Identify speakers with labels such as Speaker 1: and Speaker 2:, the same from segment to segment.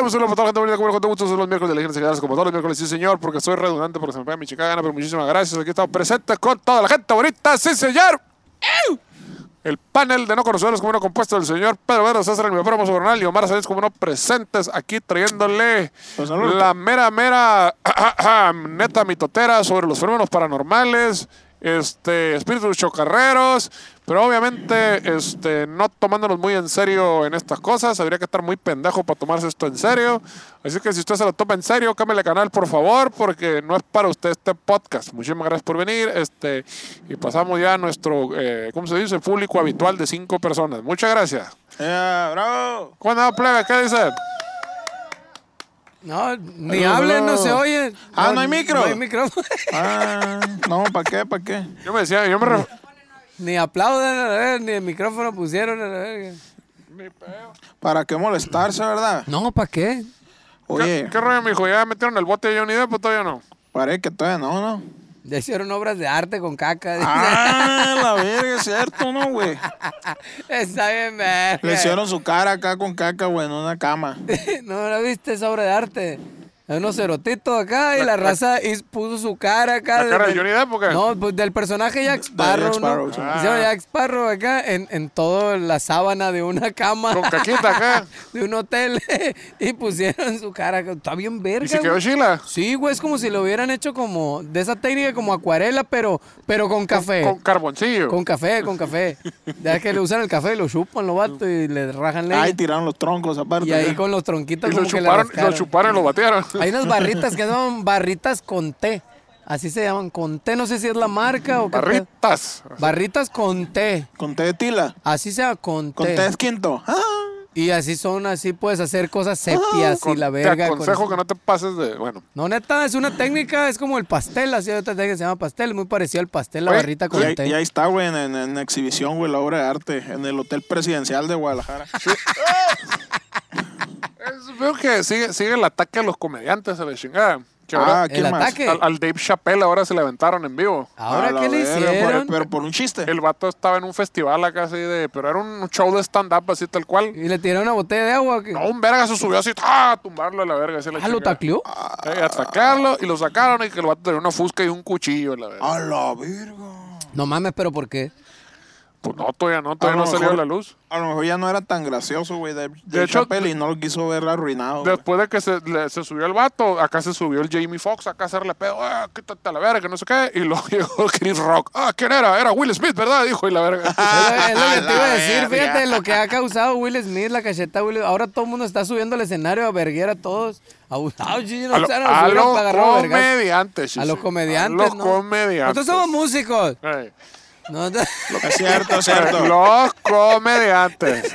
Speaker 1: Pues hola, para toda la gente bonita, como lo mucho, son los miércoles de la gente como todos los miércoles, sí señor, porque soy redundante, porque se me pega mi chica gana, pero muchísimas gracias, aquí estamos presentes con toda la gente bonita, sí señor. ¡Ew! El panel de no conocerlos como no compuesto del señor Pedro Pedro César, el mi Mozo Bernal y Omar Sánchez como no presentes, aquí trayéndole
Speaker 2: Pues, saludos.
Speaker 1: la mera, mera neta mitotera sobre los fenómenos paranormales, este, espíritus chocarreros, pero obviamente este, no tomándonos muy en serio en estas cosas, habría que estar muy pendejo para tomarse esto en serio. Así que si usted se lo toma en serio, cámbiale canal por favor, porque no es para usted este podcast. Muchísimas gracias por venir este, y pasamos ya a nuestro, eh, ¿cómo se dice?, público habitual de cinco personas. Muchas gracias.
Speaker 2: ¡Eh, bravo!
Speaker 1: ¿Cómo andamos, plebe? ¿Qué dice?
Speaker 3: No, ni
Speaker 2: Aló,
Speaker 3: hablen, no
Speaker 2: aló.
Speaker 3: se oye.
Speaker 2: Ah, ¿no hay micro?
Speaker 3: No hay micrófono.
Speaker 2: Ah, no, ¿para qué? ¿Para qué?
Speaker 1: Yo me decía, yo me... ref-
Speaker 3: ni aplauden, a la verga, ni el micrófono pusieron. a la verga.
Speaker 2: ¿Para qué molestarse, verdad?
Speaker 3: No, ¿para qué?
Speaker 2: Oye,
Speaker 1: ¿Qué, ¿Qué rollo, mijo? ¿Ya metieron el bote de Johnny Depp o pues, todavía no?
Speaker 2: parece que todavía no, ¿no?
Speaker 3: Ya hicieron obras de arte con caca.
Speaker 2: Ah, la verga, es cierto, ¿no, güey?
Speaker 3: Está bien, verga.
Speaker 2: Le hicieron su cara acá con caca, güey, en una cama.
Speaker 3: ¿No la viste esa obra de arte? Hay unos cerotitos acá y la, raza is- puso su cara acá.
Speaker 1: ¿La cara de Johnny Depp o qué? Ah.
Speaker 3: No, pues del personaje Jack
Speaker 2: De Jack
Speaker 3: Sparrow, ¿no?
Speaker 2: Sparrow, sí.
Speaker 3: Hicieron Jack Sparrow acá en, en toda la sábana de una cama.
Speaker 1: Con caquita acá.
Speaker 3: de un hotel y pusieron su cara. Está bien verga.
Speaker 1: ¿Y se quedó
Speaker 3: güey.
Speaker 1: chila?
Speaker 3: Sí, güey, es como si lo hubieran hecho como de esa técnica como acuarela, pero, pero con café.
Speaker 1: Con
Speaker 3: Con,
Speaker 1: carboncillo.
Speaker 3: café, Eh. con café. Ya que le usan el café, lo chupan, lo vato y le rajan leña.
Speaker 2: Ahí tiraron los troncos aparte.
Speaker 3: y ahí
Speaker 2: güey.
Speaker 3: con los tronquitos
Speaker 1: Y
Speaker 3: como
Speaker 1: lo
Speaker 3: que le
Speaker 1: chuparon, lo
Speaker 3: rascaron.
Speaker 1: chuparon y lo batearon.
Speaker 3: Hay unas barritas que llaman barritas con té. Así se llaman, con té. No sé si es la marca o qué. pedo.
Speaker 1: Barritas.
Speaker 3: Barritas con té.
Speaker 2: Con té de tila.
Speaker 3: Así se llama, con,
Speaker 2: Con
Speaker 3: té.
Speaker 2: té es quinto. Ah,
Speaker 3: Y así son, así puedes hacer cosas sepias y
Speaker 1: Con-
Speaker 3: la verga.
Speaker 1: Te
Speaker 3: con
Speaker 1: aconsejo
Speaker 3: eso.
Speaker 1: que no te pases de. Bueno.
Speaker 3: No, neta, es una técnica, es como el pastel, así hay otra técnica que se llama pastel, muy parecido al pastel, la
Speaker 1: Oye,
Speaker 3: barrita
Speaker 2: y,
Speaker 3: con
Speaker 2: ahí,
Speaker 3: té.
Speaker 2: y ahí está, güey, en, en- en exhibición, güey, la obra de arte, en el Hotel Presidencial de Guadalajara.
Speaker 1: Es- veo que sigue, sigue el ataque a los comediantes a la chingada. Que
Speaker 2: Ah,
Speaker 1: ahora
Speaker 2: ¿quién
Speaker 3: El
Speaker 2: más?
Speaker 3: ataque. ¿qué?
Speaker 1: al, al Dave Chappelle ahora se le aventaron en vivo.
Speaker 2: A
Speaker 3: Ahora,
Speaker 2: la
Speaker 3: ¿qué le
Speaker 2: verga, por-
Speaker 3: hicieron?
Speaker 2: pero por un chiste.
Speaker 1: El vato estaba en un festival acá así de. Pero era un show de stand-up así tal cual.
Speaker 3: ¿Y le tiraron una botella de agua? o qué?
Speaker 1: No, un verga se subió así, ¡ah! a tumbarlo a la verga. Así a la
Speaker 3: ¿Ah, lo
Speaker 1: chingada.
Speaker 3: tacleó?
Speaker 1: Eh, a sacarlo y lo sacaron y que el vato tenía una fusca y un cuchillo. La verga.
Speaker 2: A la verga.
Speaker 3: No mames, ¿pero por qué?
Speaker 1: Pues no, todavía no,
Speaker 2: A
Speaker 1: todavía
Speaker 2: lo
Speaker 1: no salió a
Speaker 2: mejor-
Speaker 1: la luz.
Speaker 2: A lo mejor ya no era tan gracioso, güey, de, de
Speaker 1: hecho,
Speaker 2: Chappelle y no lo quiso ver arruinado. güey.
Speaker 1: Después de que se, le- se subió el vato, acá se subió el Jamie Foxx, acá a hacerle pedo, ah, quítate a la verga, no sé qué. Y luego llegó Chris Rock. Ah, ¿quién era? Era Will Smith, ¿verdad? Dijo, y la verga.
Speaker 3: Es lo- es lo que te iba a
Speaker 2: La
Speaker 3: decir,
Speaker 2: verga.
Speaker 3: fíjate lo que ha causado Will Smith, la cacheta de Will Smith. Ahora todo el mundo está subiendo al escenario a verguer a todos. Abusado, chichi, no
Speaker 1: A, lo-
Speaker 3: se van
Speaker 1: a
Speaker 3: a subir
Speaker 1: los
Speaker 3: para agarrar a vergazos.
Speaker 1: comediantes.
Speaker 3: A los
Speaker 1: sí, sí.
Speaker 3: comediantes,
Speaker 1: A los
Speaker 3: ¿no?
Speaker 1: comediantes.
Speaker 3: Nosotros somos músicos.
Speaker 1: Ey.
Speaker 3: Nosotros-
Speaker 2: Es cierto, es cierto.
Speaker 1: Los comediantes.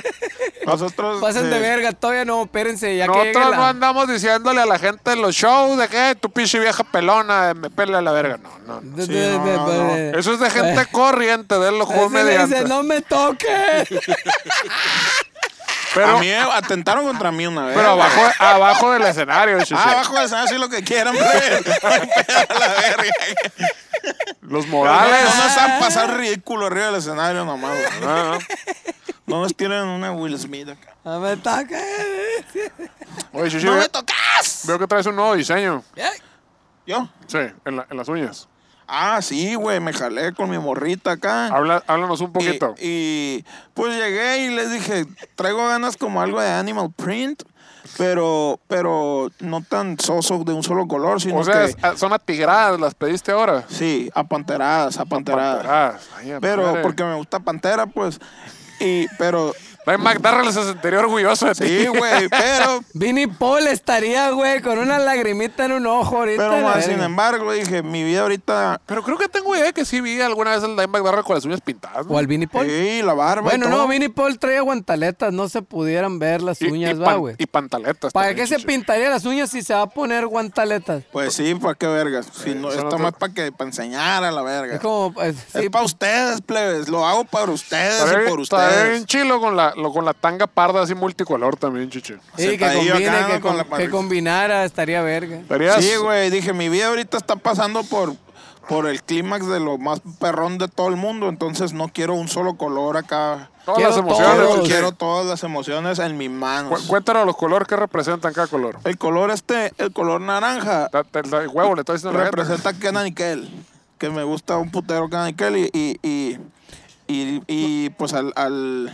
Speaker 2: Nosotros.
Speaker 3: Pasen de
Speaker 2: eh,
Speaker 3: verga, todavía no, espérense, ya que llegue
Speaker 1: Nosotros
Speaker 3: la-
Speaker 1: no andamos diciéndole a la gente en los shows de que tu pinche vieja pelona eh, me pela la verga. No, no, no.
Speaker 3: de-
Speaker 2: Sí,
Speaker 3: de-
Speaker 2: no,
Speaker 3: de-
Speaker 2: no, no.
Speaker 3: de-
Speaker 1: Eso es de gente corriente de los
Speaker 3: Ese le dice,
Speaker 1: comediantes.
Speaker 3: no me toques.
Speaker 1: Pero,
Speaker 2: a mí eh, atentaron contra mí una vez.
Speaker 1: pero
Speaker 2: güey.
Speaker 1: abajo, abajo del escenario. sí, sí.
Speaker 2: Ah, abajo de así lo que quieran, pero a la verga.
Speaker 1: Los
Speaker 2: No,
Speaker 1: modales.
Speaker 2: no nos han pasado ridículo arriba del escenario nomás, güey. No,
Speaker 1: Ah,
Speaker 2: No nos tiran una Will Smith acá.
Speaker 3: No me toques.
Speaker 1: Oye, Shishi,
Speaker 2: ¡No
Speaker 1: veo,
Speaker 2: me tocas!
Speaker 1: veo que traes un nuevo diseño.
Speaker 2: ¿Yo?
Speaker 1: Sí, en, la- en las uñas.
Speaker 2: Ah, sí, güey, me jalé con mi morrita acá.
Speaker 1: Habla, háblanos un
Speaker 2: Y,
Speaker 1: poquito.
Speaker 2: y, pues llegué y les dije, traigo ganas como algo de Animal Print, pero, pero no tan soso de un solo color, sino
Speaker 1: o sea,
Speaker 2: que
Speaker 1: es- ah, son atigradas, las pediste ahora.
Speaker 2: sí, apanteradas, apanteradas.
Speaker 1: Apanteradas. Ay,
Speaker 2: Pero
Speaker 1: madre.
Speaker 2: porque me gusta Pantera, pues. Y, pero
Speaker 1: Ray McDarrell se sentiría orgulloso de ti.
Speaker 2: Sí, güey, pero,
Speaker 3: Vinny Paul estaría, güey, con una lagrimita en un ojo ahorita.
Speaker 2: pero
Speaker 3: la
Speaker 2: más,
Speaker 3: verga.
Speaker 2: sin embargo, dije, mi vida ahorita.
Speaker 1: Pero creo que tengo idea que sí vi alguna vez al Ray McDarrell con las uñas pintadas. ¿no?
Speaker 3: O al Vinny Paul.
Speaker 2: Sí, la barba. y
Speaker 3: bueno, no,
Speaker 2: todo.
Speaker 3: Vinny Paul traía guantaletas, no se pudieran ver las
Speaker 1: Y- y
Speaker 3: uñas, va,
Speaker 1: pan-
Speaker 3: güey.
Speaker 1: Y pantaletas.
Speaker 3: ¿Para
Speaker 1: también,
Speaker 3: qué se
Speaker 1: sí.
Speaker 3: pintaría las uñas si se va a poner guantaletas?
Speaker 2: Pues sí, para qué vergas. Si no,
Speaker 1: Eh, eso no
Speaker 2: esto
Speaker 1: te-
Speaker 2: más para que para enseñar a la verga.
Speaker 3: Es como, pues, sí,
Speaker 2: Es para ustedes, plebes. Lo hago para ustedes
Speaker 1: Estaría
Speaker 2: y
Speaker 1: bien-
Speaker 2: por
Speaker 1: estaría
Speaker 2: ustedes.
Speaker 1: bien chilo con la, lo- con la tanga parda así multicolor también, chiche.
Speaker 3: sí, que,
Speaker 2: sentadillo
Speaker 3: combine,
Speaker 2: acá, ¿no? con
Speaker 3: que, com-
Speaker 2: la
Speaker 3: que
Speaker 2: parrilla. Pues,
Speaker 3: combinara, estaría verga.
Speaker 1: Estarías-
Speaker 2: Sí, güey, dije, mi vida ahorita está pasando por, por el clímax de lo más perrón de todo el mundo, entonces no quiero un solo color acá.
Speaker 1: Todas
Speaker 3: Quiero
Speaker 1: las emociones.
Speaker 2: Quiero,
Speaker 3: todos.
Speaker 1: chiche.
Speaker 2: quiero todas las emociones en mis manos.
Speaker 1: Cu- Cuéntanos los colores que representan cada color.
Speaker 2: El color este, el color naranja,
Speaker 1: Ta- ta- ta- huevo, le estoy diciendo a la gente.
Speaker 2: representa Kenan y Kel, que me gusta un putero Kenan y Kel y, y, y, y- y, pues al, al,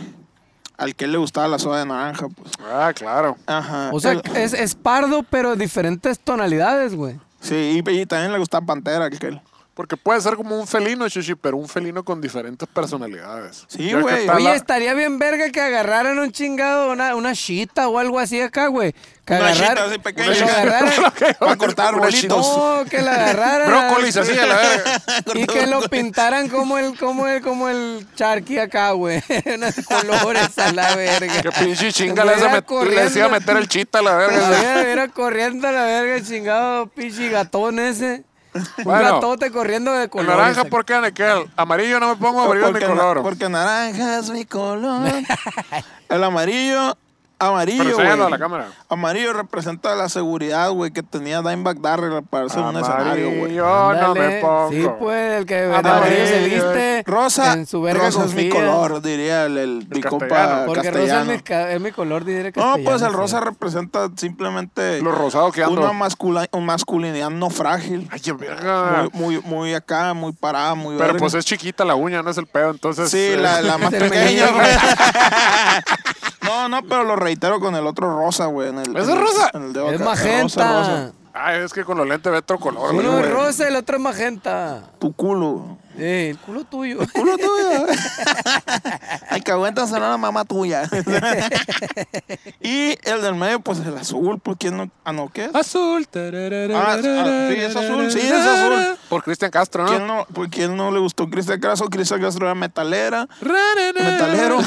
Speaker 2: al que le gustaba la soda de naranja, pues.
Speaker 1: Ah, claro.
Speaker 2: Ajá.
Speaker 3: O sea,
Speaker 2: El-
Speaker 3: es, es pardo, pero diferentes tonalidades, güey.
Speaker 2: Sí, y, y también le gustaba Pantera, al Kel.
Speaker 1: Porque puede ser como un felino, chichi, pero un felino con diferentes personalidades.
Speaker 2: Sí,
Speaker 1: Ya que
Speaker 2: güey.
Speaker 1: está
Speaker 3: Oye,
Speaker 1: la-
Speaker 3: estaría bien verga que agarraran un chingado, una, una chita o algo así acá, güey. Que
Speaker 2: Una
Speaker 3: agarrar-
Speaker 2: chita así pequeña.
Speaker 3: que lo agarraran-
Speaker 2: Para cortar
Speaker 1: Una chita.
Speaker 2: bolitos.
Speaker 3: No, que la agarraran.
Speaker 1: Brócolis así a la verga.
Speaker 3: Y que lo pintaran como el, como el, como el charqui acá, güey. Unos colores a la verga.
Speaker 1: Que pinche chinga le, hace
Speaker 3: Anduviera
Speaker 1: met- le decía meter el chita a la verga.
Speaker 3: Todavía viera corriendo a la verga, el chingado pinche gatón ese. Un
Speaker 1: Bueno,
Speaker 3: gatote corriendo de
Speaker 1: El
Speaker 3: colores.
Speaker 1: naranja, ¿por qué, Aniquel? Amarillo no me pongo amarillo es mi
Speaker 2: porque, na-
Speaker 1: color.
Speaker 2: porque naranja es mi color. El amarillo, amarillo,
Speaker 1: Pero enséñalo
Speaker 2: güey.
Speaker 1: a la cámara.
Speaker 2: Amarillo representa la seguridad, güey, que tenía Dimebag Darrell al pararse en un escenario, güey.
Speaker 1: Amarillo no me
Speaker 3: Ándale.
Speaker 1: pongo.
Speaker 3: Sí, pues, el que de
Speaker 1: Amarillo.
Speaker 3: amarillo se viste.
Speaker 2: eh, Rosa,
Speaker 3: en su verga
Speaker 2: rosa es mi
Speaker 3: confía.
Speaker 2: color, diría el, el, mi compa
Speaker 1: castellano.
Speaker 3: Porque rosa es
Speaker 2: castellano.
Speaker 3: mi, ca- es mi color, diré que
Speaker 2: No, pues el rosa representa simplemente
Speaker 1: Lo rosado que ando.
Speaker 2: una mascula- un masculinidad no frágil.
Speaker 1: Ay, qué verga.
Speaker 2: Muy, muy, muy acá, muy parada, muy
Speaker 1: Ah. Pero
Speaker 2: verga.
Speaker 1: pues es chiquita la uña, no es el pedo, entonces...
Speaker 2: Sí,
Speaker 1: eh,
Speaker 2: la, la más
Speaker 3: Te
Speaker 2: pequeña,
Speaker 3: imaginas,
Speaker 2: güey. No, no, pero lo reitero con el otro rosa, güey. en el-
Speaker 1: ¿Ese
Speaker 2: en el-
Speaker 1: rosa?
Speaker 2: en el dedo
Speaker 3: Es
Speaker 2: acá.
Speaker 3: magenta.
Speaker 2: Rosa, rosa.
Speaker 1: Ay, es que con los lentes ve otro color. güey.
Speaker 3: Uno es
Speaker 2: güey.
Speaker 3: rosa y el otro es magenta.
Speaker 2: Tu culo.
Speaker 3: Eh, el culo tuyo.
Speaker 2: Culo tuyo. Ay, que aguanta será la mamá tuya. y el del medio, pues el azul, pues quién no. Ah, no, ¿qué es?
Speaker 1: Azul.
Speaker 2: Ah, ah, sí, es azul, sí, es azul.
Speaker 1: Por Cristian Castro,
Speaker 2: ¿Quién
Speaker 1: ¿no?
Speaker 2: no, pues, quién no le gustó Cristian Castro? Cristian Castro era metalera, metalero.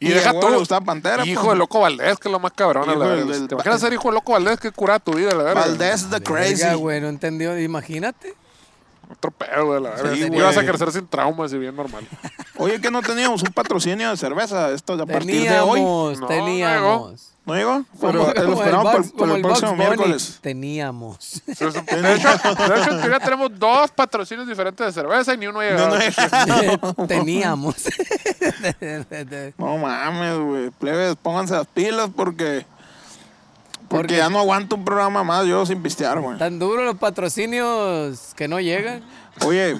Speaker 1: Y, deja
Speaker 2: a huevo
Speaker 1: todo.
Speaker 2: Le gustaba Pantera.
Speaker 1: Hijo
Speaker 2: pues.
Speaker 1: de Loco Valdés, que es lo más cabrón.
Speaker 2: Hijo
Speaker 1: la
Speaker 2: del-
Speaker 1: verga.
Speaker 2: del-
Speaker 1: ¿Te imaginas ser hijo de Loco Valdés que cura tu vida, la verga?
Speaker 2: Valdés the Crazy.
Speaker 3: Verga, güey, no entendió. Imagínate.
Speaker 1: Otro pedo, güey, la verga.
Speaker 2: Sí,
Speaker 1: Y
Speaker 2: güey.
Speaker 1: vas a crecer sin traumas y bien normal.
Speaker 2: Oye, que no teníamos un patrocinio de cerveza esto a partir de hoy.
Speaker 3: Teníamos,
Speaker 1: No,
Speaker 3: teníamos.
Speaker 2: ¿No llegó? Pero
Speaker 3: Como-
Speaker 2: eh, lo
Speaker 3: como
Speaker 2: esperamos
Speaker 3: Bugs-
Speaker 2: para,
Speaker 3: como
Speaker 2: el
Speaker 3: Bugs
Speaker 2: próximo
Speaker 3: Bunny.
Speaker 2: miércoles.
Speaker 3: Teníamos.
Speaker 1: De hecho, de hecho, en teoría tenemos dos patrocinios diferentes de cerveza y ni uno ha llegado.
Speaker 2: No, no,
Speaker 3: teníamos.
Speaker 2: No mames, güey. Plebes, pónganse las pilas porque.
Speaker 3: Porque-
Speaker 2: Porque ya no aguanto un programa más yo sin pistear, güey.
Speaker 3: Tan duros los patrocinios que no llegan.
Speaker 2: Oye,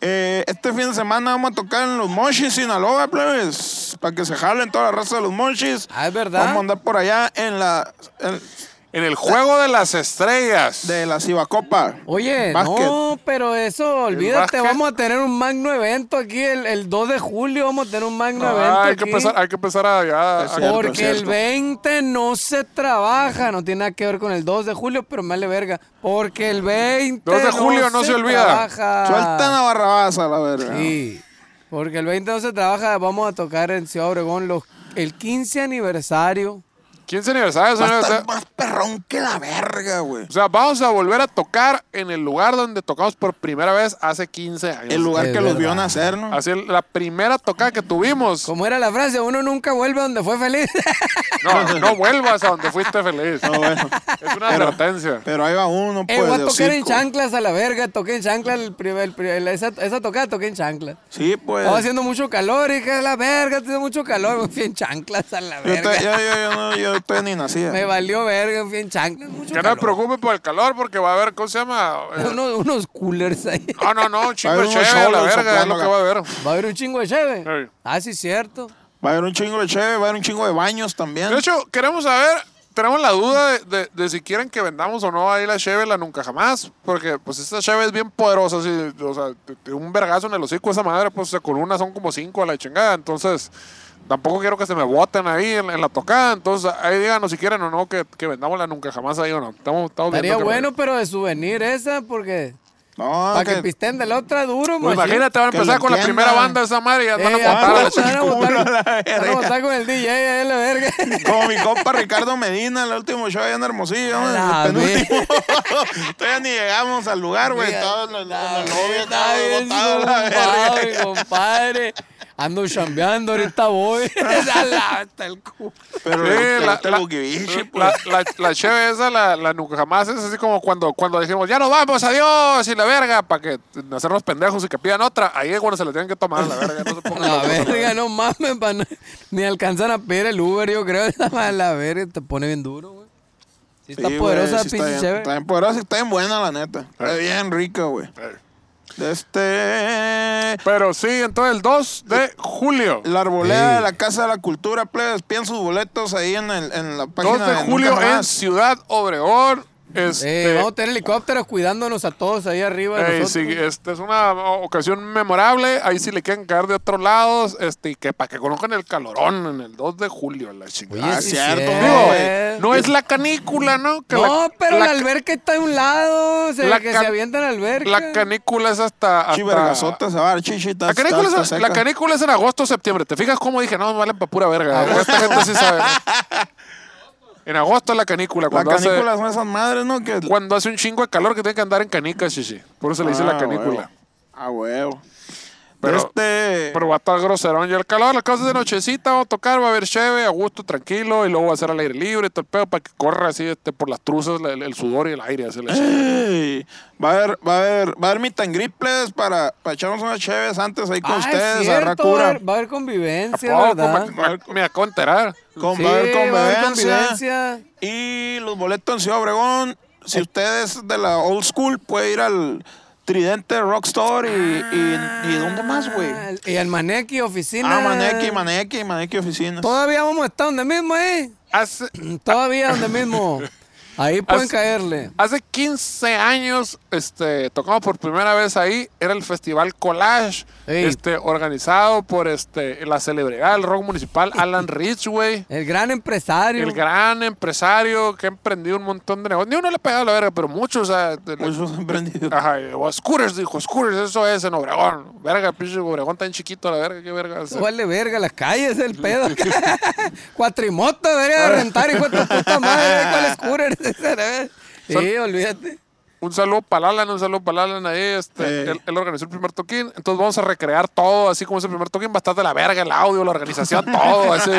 Speaker 2: eh, este fin de semana vamos a tocar en los Moshis, Sinaloa, plebes. Para que se jalen toda la raza de los Moshis.
Speaker 3: Ah, es verdad.
Speaker 2: Vamos a andar por allá en la. en-
Speaker 1: En el juego de las estrellas.
Speaker 2: de la Cibacopa.
Speaker 3: Oye,
Speaker 2: Básquet.
Speaker 3: no, pero eso, olvídate,
Speaker 1: básquet.
Speaker 3: vamos a tener un magno evento aquí el, el 2 de julio, vamos a tener un magno evento
Speaker 1: Ah, hay, que
Speaker 3: aquí.
Speaker 1: empezar, hay que empezar a. ya-
Speaker 2: Es
Speaker 1: a-
Speaker 2: cierto,
Speaker 3: Porque el
Speaker 2: cierto.
Speaker 3: 20 no se trabaja, no tiene nada que ver con el 2 de julio, pero me vale verga. Porque el 20
Speaker 1: 2 de julio no se olvida.
Speaker 3: trabaja.
Speaker 2: Sueltan a Barrabás a la verga.
Speaker 3: Sí, porque el 20 no se trabaja, vamos a tocar en Ciudad Obregón los, el 15 aniversario.
Speaker 1: 15 aniversario,
Speaker 2: Va a
Speaker 1: señores.
Speaker 2: estar más perrón que la verga, güey.
Speaker 1: O sea, vamos a volver a tocar en el lugar donde tocamos por primera vez hace 15 años.
Speaker 2: El lugar
Speaker 3: Es
Speaker 2: que los vio
Speaker 3: verdad.
Speaker 2: nacer, ¿no?
Speaker 1: Así, la primera tocada que tuvimos.
Speaker 3: Como era la frase, uno nunca vuelve a donde fue feliz.
Speaker 1: No, no vuelvas a donde fuiste feliz.
Speaker 2: No, bueno.
Speaker 1: Es una advertencia.
Speaker 2: Pero ahí va uno,
Speaker 3: Eh,
Speaker 2: pues.
Speaker 3: voy a
Speaker 2: de
Speaker 3: tocar en
Speaker 2: hocico.
Speaker 3: chanclas a la verga, toqué en chanclas el primer, el pri- el- esa, esa tocada toqué en chanclas.
Speaker 2: Sí, pues.
Speaker 3: Estaba haciendo mucho calor, hija de la verga, haciendo mucho calor, me fui en chanclas a la
Speaker 2: yo, te-
Speaker 3: verga.
Speaker 2: yo, yo, yo, no, yo todavía ni nacía.
Speaker 3: Me valió verga, me fui en chanclas, mucho
Speaker 1: Que no se
Speaker 3: calor.
Speaker 1: preocupe por el calor porque va a haber, ¿cómo se llama? Eh,
Speaker 3: Unos, unos coolers ahí.
Speaker 1: No, Ah, no, no, un
Speaker 2: Va
Speaker 1: chingo
Speaker 2: a
Speaker 1: de
Speaker 2: haber unos
Speaker 1: chévere, la
Speaker 2: cholos
Speaker 1: verga, es lo
Speaker 2: soplando
Speaker 1: que va a haber.
Speaker 3: Va a haber un chingo de cheve.
Speaker 1: Ey.
Speaker 3: Ah, sí, cierto.
Speaker 2: Va a haber un chingo de cheve, va a haber un chingo de baños también.
Speaker 1: De hecho, queremos saber, tenemos la duda de, de- de si quieren que vendamos o no ahí la Cheve, la nunca jamás, porque pues esta Cheve es bien poderosa, así, o sea, te- te- un vergazo en el hocico esa madre, pues o sea, con una son como cinco a la chingada, entonces Tampoco quiero que se me boten ahí en, en la tocada. Entonces, ahí díganos si quieren o no que, que vendamos la nunca jamás ahí o no. Estamos, estamos viendo
Speaker 3: Estaría
Speaker 1: qué
Speaker 3: bueno, pero de souvenir esa, porque.
Speaker 2: No,
Speaker 3: para que,
Speaker 2: que-
Speaker 3: pisten de la otra duro,
Speaker 1: pedo. Pues
Speaker 3: machín.
Speaker 1: imagínate, van a
Speaker 2: Que Ah, lo
Speaker 1: empezar con la
Speaker 2: entiendan.
Speaker 1: primera banda de esa madre y ya
Speaker 3: Eh,
Speaker 1: van a
Speaker 3: ya
Speaker 1: botar a la
Speaker 2: pues,
Speaker 3: van a
Speaker 1: chica.
Speaker 3: botar-
Speaker 2: chicula, la
Speaker 3: van a
Speaker 2: verga.
Speaker 3: botar con el DJ, ahí a la verga.
Speaker 2: Como mi compa Ricardo Medina, el último show allá en Hermosillo, ¿no?
Speaker 3: A
Speaker 2: el
Speaker 3: la
Speaker 2: penúltimo. Todavía ni llegamos al lugar, güey.
Speaker 3: Mira,
Speaker 2: Estaba en la- en la
Speaker 3: está
Speaker 2: novia, estaba
Speaker 3: bien, está bien,
Speaker 2: botado la
Speaker 3: zumbado,
Speaker 2: verga.
Speaker 3: mi compadre. Ando chambeando, ahorita voy. A la- Hasta el culo.
Speaker 2: Pero pues,
Speaker 1: Sí, la, la,
Speaker 2: Bukibichi,
Speaker 1: la, la, la cheve esa, la, la nunca jamás es así como cuando, cuando dijimos, ya nos vamos, adiós, y la verga, para que hacernos pendejos y que pidan otra. Ahí es cuando se la tienen que tomar, la verga. No se pongan
Speaker 3: La
Speaker 1: locos,
Speaker 3: verga, no mames, pa' no- ni alcanzan a pedir el Uber, yo creo. A la verga, te pone bien duro, güey. Sí, está
Speaker 2: Sí, güey,
Speaker 3: poderosa,
Speaker 2: sí
Speaker 3: pinche
Speaker 2: está, bien,
Speaker 3: chévere.
Speaker 2: está bien poderosa y está bien buena, la neta. Está bien rica, güey.
Speaker 1: Eh.
Speaker 2: De Este.
Speaker 1: Pero sí, entonces el 2 de julio.
Speaker 2: La arboleda
Speaker 3: Sí.
Speaker 2: de la Casa de la Cultura, plebes. Piden sus boletos ahí en, el- en la página
Speaker 1: 2 de
Speaker 2: Nunca
Speaker 1: julio en
Speaker 2: Jamás.
Speaker 1: Ciudad Obregón. Este,
Speaker 3: Eh, vamos a tener helicópteros cuidándonos a todos ahí arriba. de
Speaker 1: Ey,
Speaker 3: nosotros.
Speaker 1: sí, este es una o- ocasión memorable. Ahí sí le quieren caer de otros lados. Este, y que para que conozcan el calorón en el 2 de julio, la chingada.
Speaker 2: Ah,
Speaker 3: Oye,
Speaker 1: Sí,
Speaker 3: sí,
Speaker 2: cierto,
Speaker 3: cierto.
Speaker 1: digo,
Speaker 3: eh.
Speaker 1: no es la canícula, ¿no? Que
Speaker 3: no, pero la,
Speaker 1: la,
Speaker 3: alberca está de un lado, se,
Speaker 1: la
Speaker 3: que
Speaker 1: can-
Speaker 3: se avienta en la alberca.
Speaker 1: la canícula es hasta. hasta-
Speaker 2: Chivergazotas, se va a dar chichita.
Speaker 1: la canícula, es, la canícula es en agosto septiembre. ¿Te fijas cómo dije? No, me valen para pura
Speaker 2: Ah.
Speaker 1: verga. Esta gente sí sabe. En agosto es la canícula.
Speaker 2: La
Speaker 1: Cuando hace-
Speaker 2: canícula son esas madres, ¿no? Que...
Speaker 1: cuando hace un chingo de calor que tiene que andar en canicas, chichi. Por eso le dice la
Speaker 2: Ah,
Speaker 1: canícula.
Speaker 2: huevo. Ah, huevo.
Speaker 1: Pero-
Speaker 2: este.
Speaker 1: Pero va a estar groserón ya el calor. Las cosas de nochecita, vamos a tocar, va a haber cheve, a gusto, tranquilo. Y luego va a ser al aire libre, y todo el pedo, para que corra así este, por las truzas la- el, el sudor y el aire. Así, la cheve.
Speaker 2: Ey, va a haber, va a haber, va a haber meet and greet, plebes, para, para echarnos unas cheves antes ahí con
Speaker 3: Ah, es
Speaker 2: ustedes, a
Speaker 3: cierto, va a
Speaker 2: Racura.
Speaker 3: haber- va a haber
Speaker 1: ¿A
Speaker 3: convivencia,
Speaker 1: poco?
Speaker 3: ¿verdad?
Speaker 1: Me- me- Me acabo de enterar.
Speaker 2: Con,
Speaker 3: Sí,
Speaker 2: va a haber
Speaker 3: va a haber
Speaker 2: convivencia.
Speaker 3: convivencia.
Speaker 2: Y los boletos en Ciudad Obregón. Si ustedes de la old school, puede ir al Tridente Rockstore y, y, y ¿dónde más, güey?
Speaker 3: Ah, Y el Maneki oficina.
Speaker 2: Ah, Maneki, Maneki, Maneki Oficina.
Speaker 3: Todavía vamos a estar donde mismo, ¿eh?
Speaker 1: Hace,
Speaker 3: Todavía donde mismo. Ahí pueden
Speaker 1: As-
Speaker 3: caerle.
Speaker 1: hace 15 años este, tocamos por primera vez ahí. Era el Festival Collage,
Speaker 3: Ey.
Speaker 1: este, organizado por este, la celebridad del rock municipal, Alan Ridgway.
Speaker 3: El gran empresario.
Speaker 1: El gran empresario que ha emprendido un montón de negocios. Ni uno le ha pegado a la verga, pero muchos. O sea, de-
Speaker 2: Muchos emprendidos.
Speaker 1: Ajá, y- o Scooters, dijo, Scooters, eso es en Obregón. Verga, pinche Obregón tan chiquito, la verga, qué verga. o sea.
Speaker 3: Vale verga, las calles, el pedo. Cuatrimoto debería de rentar, hijo de tu puta madre. ¿Cuál es cooler? Sí, olvídate.
Speaker 1: Un saludo para Alan, un saludo para Alan ahí. Este,
Speaker 3: Eh.
Speaker 2: Ey.
Speaker 1: él, él organizó el primer toquín. Entonces vamos a recrear todo, así como ese primer toquín. Va a estar de la verga el audio, la organización, todo. Así.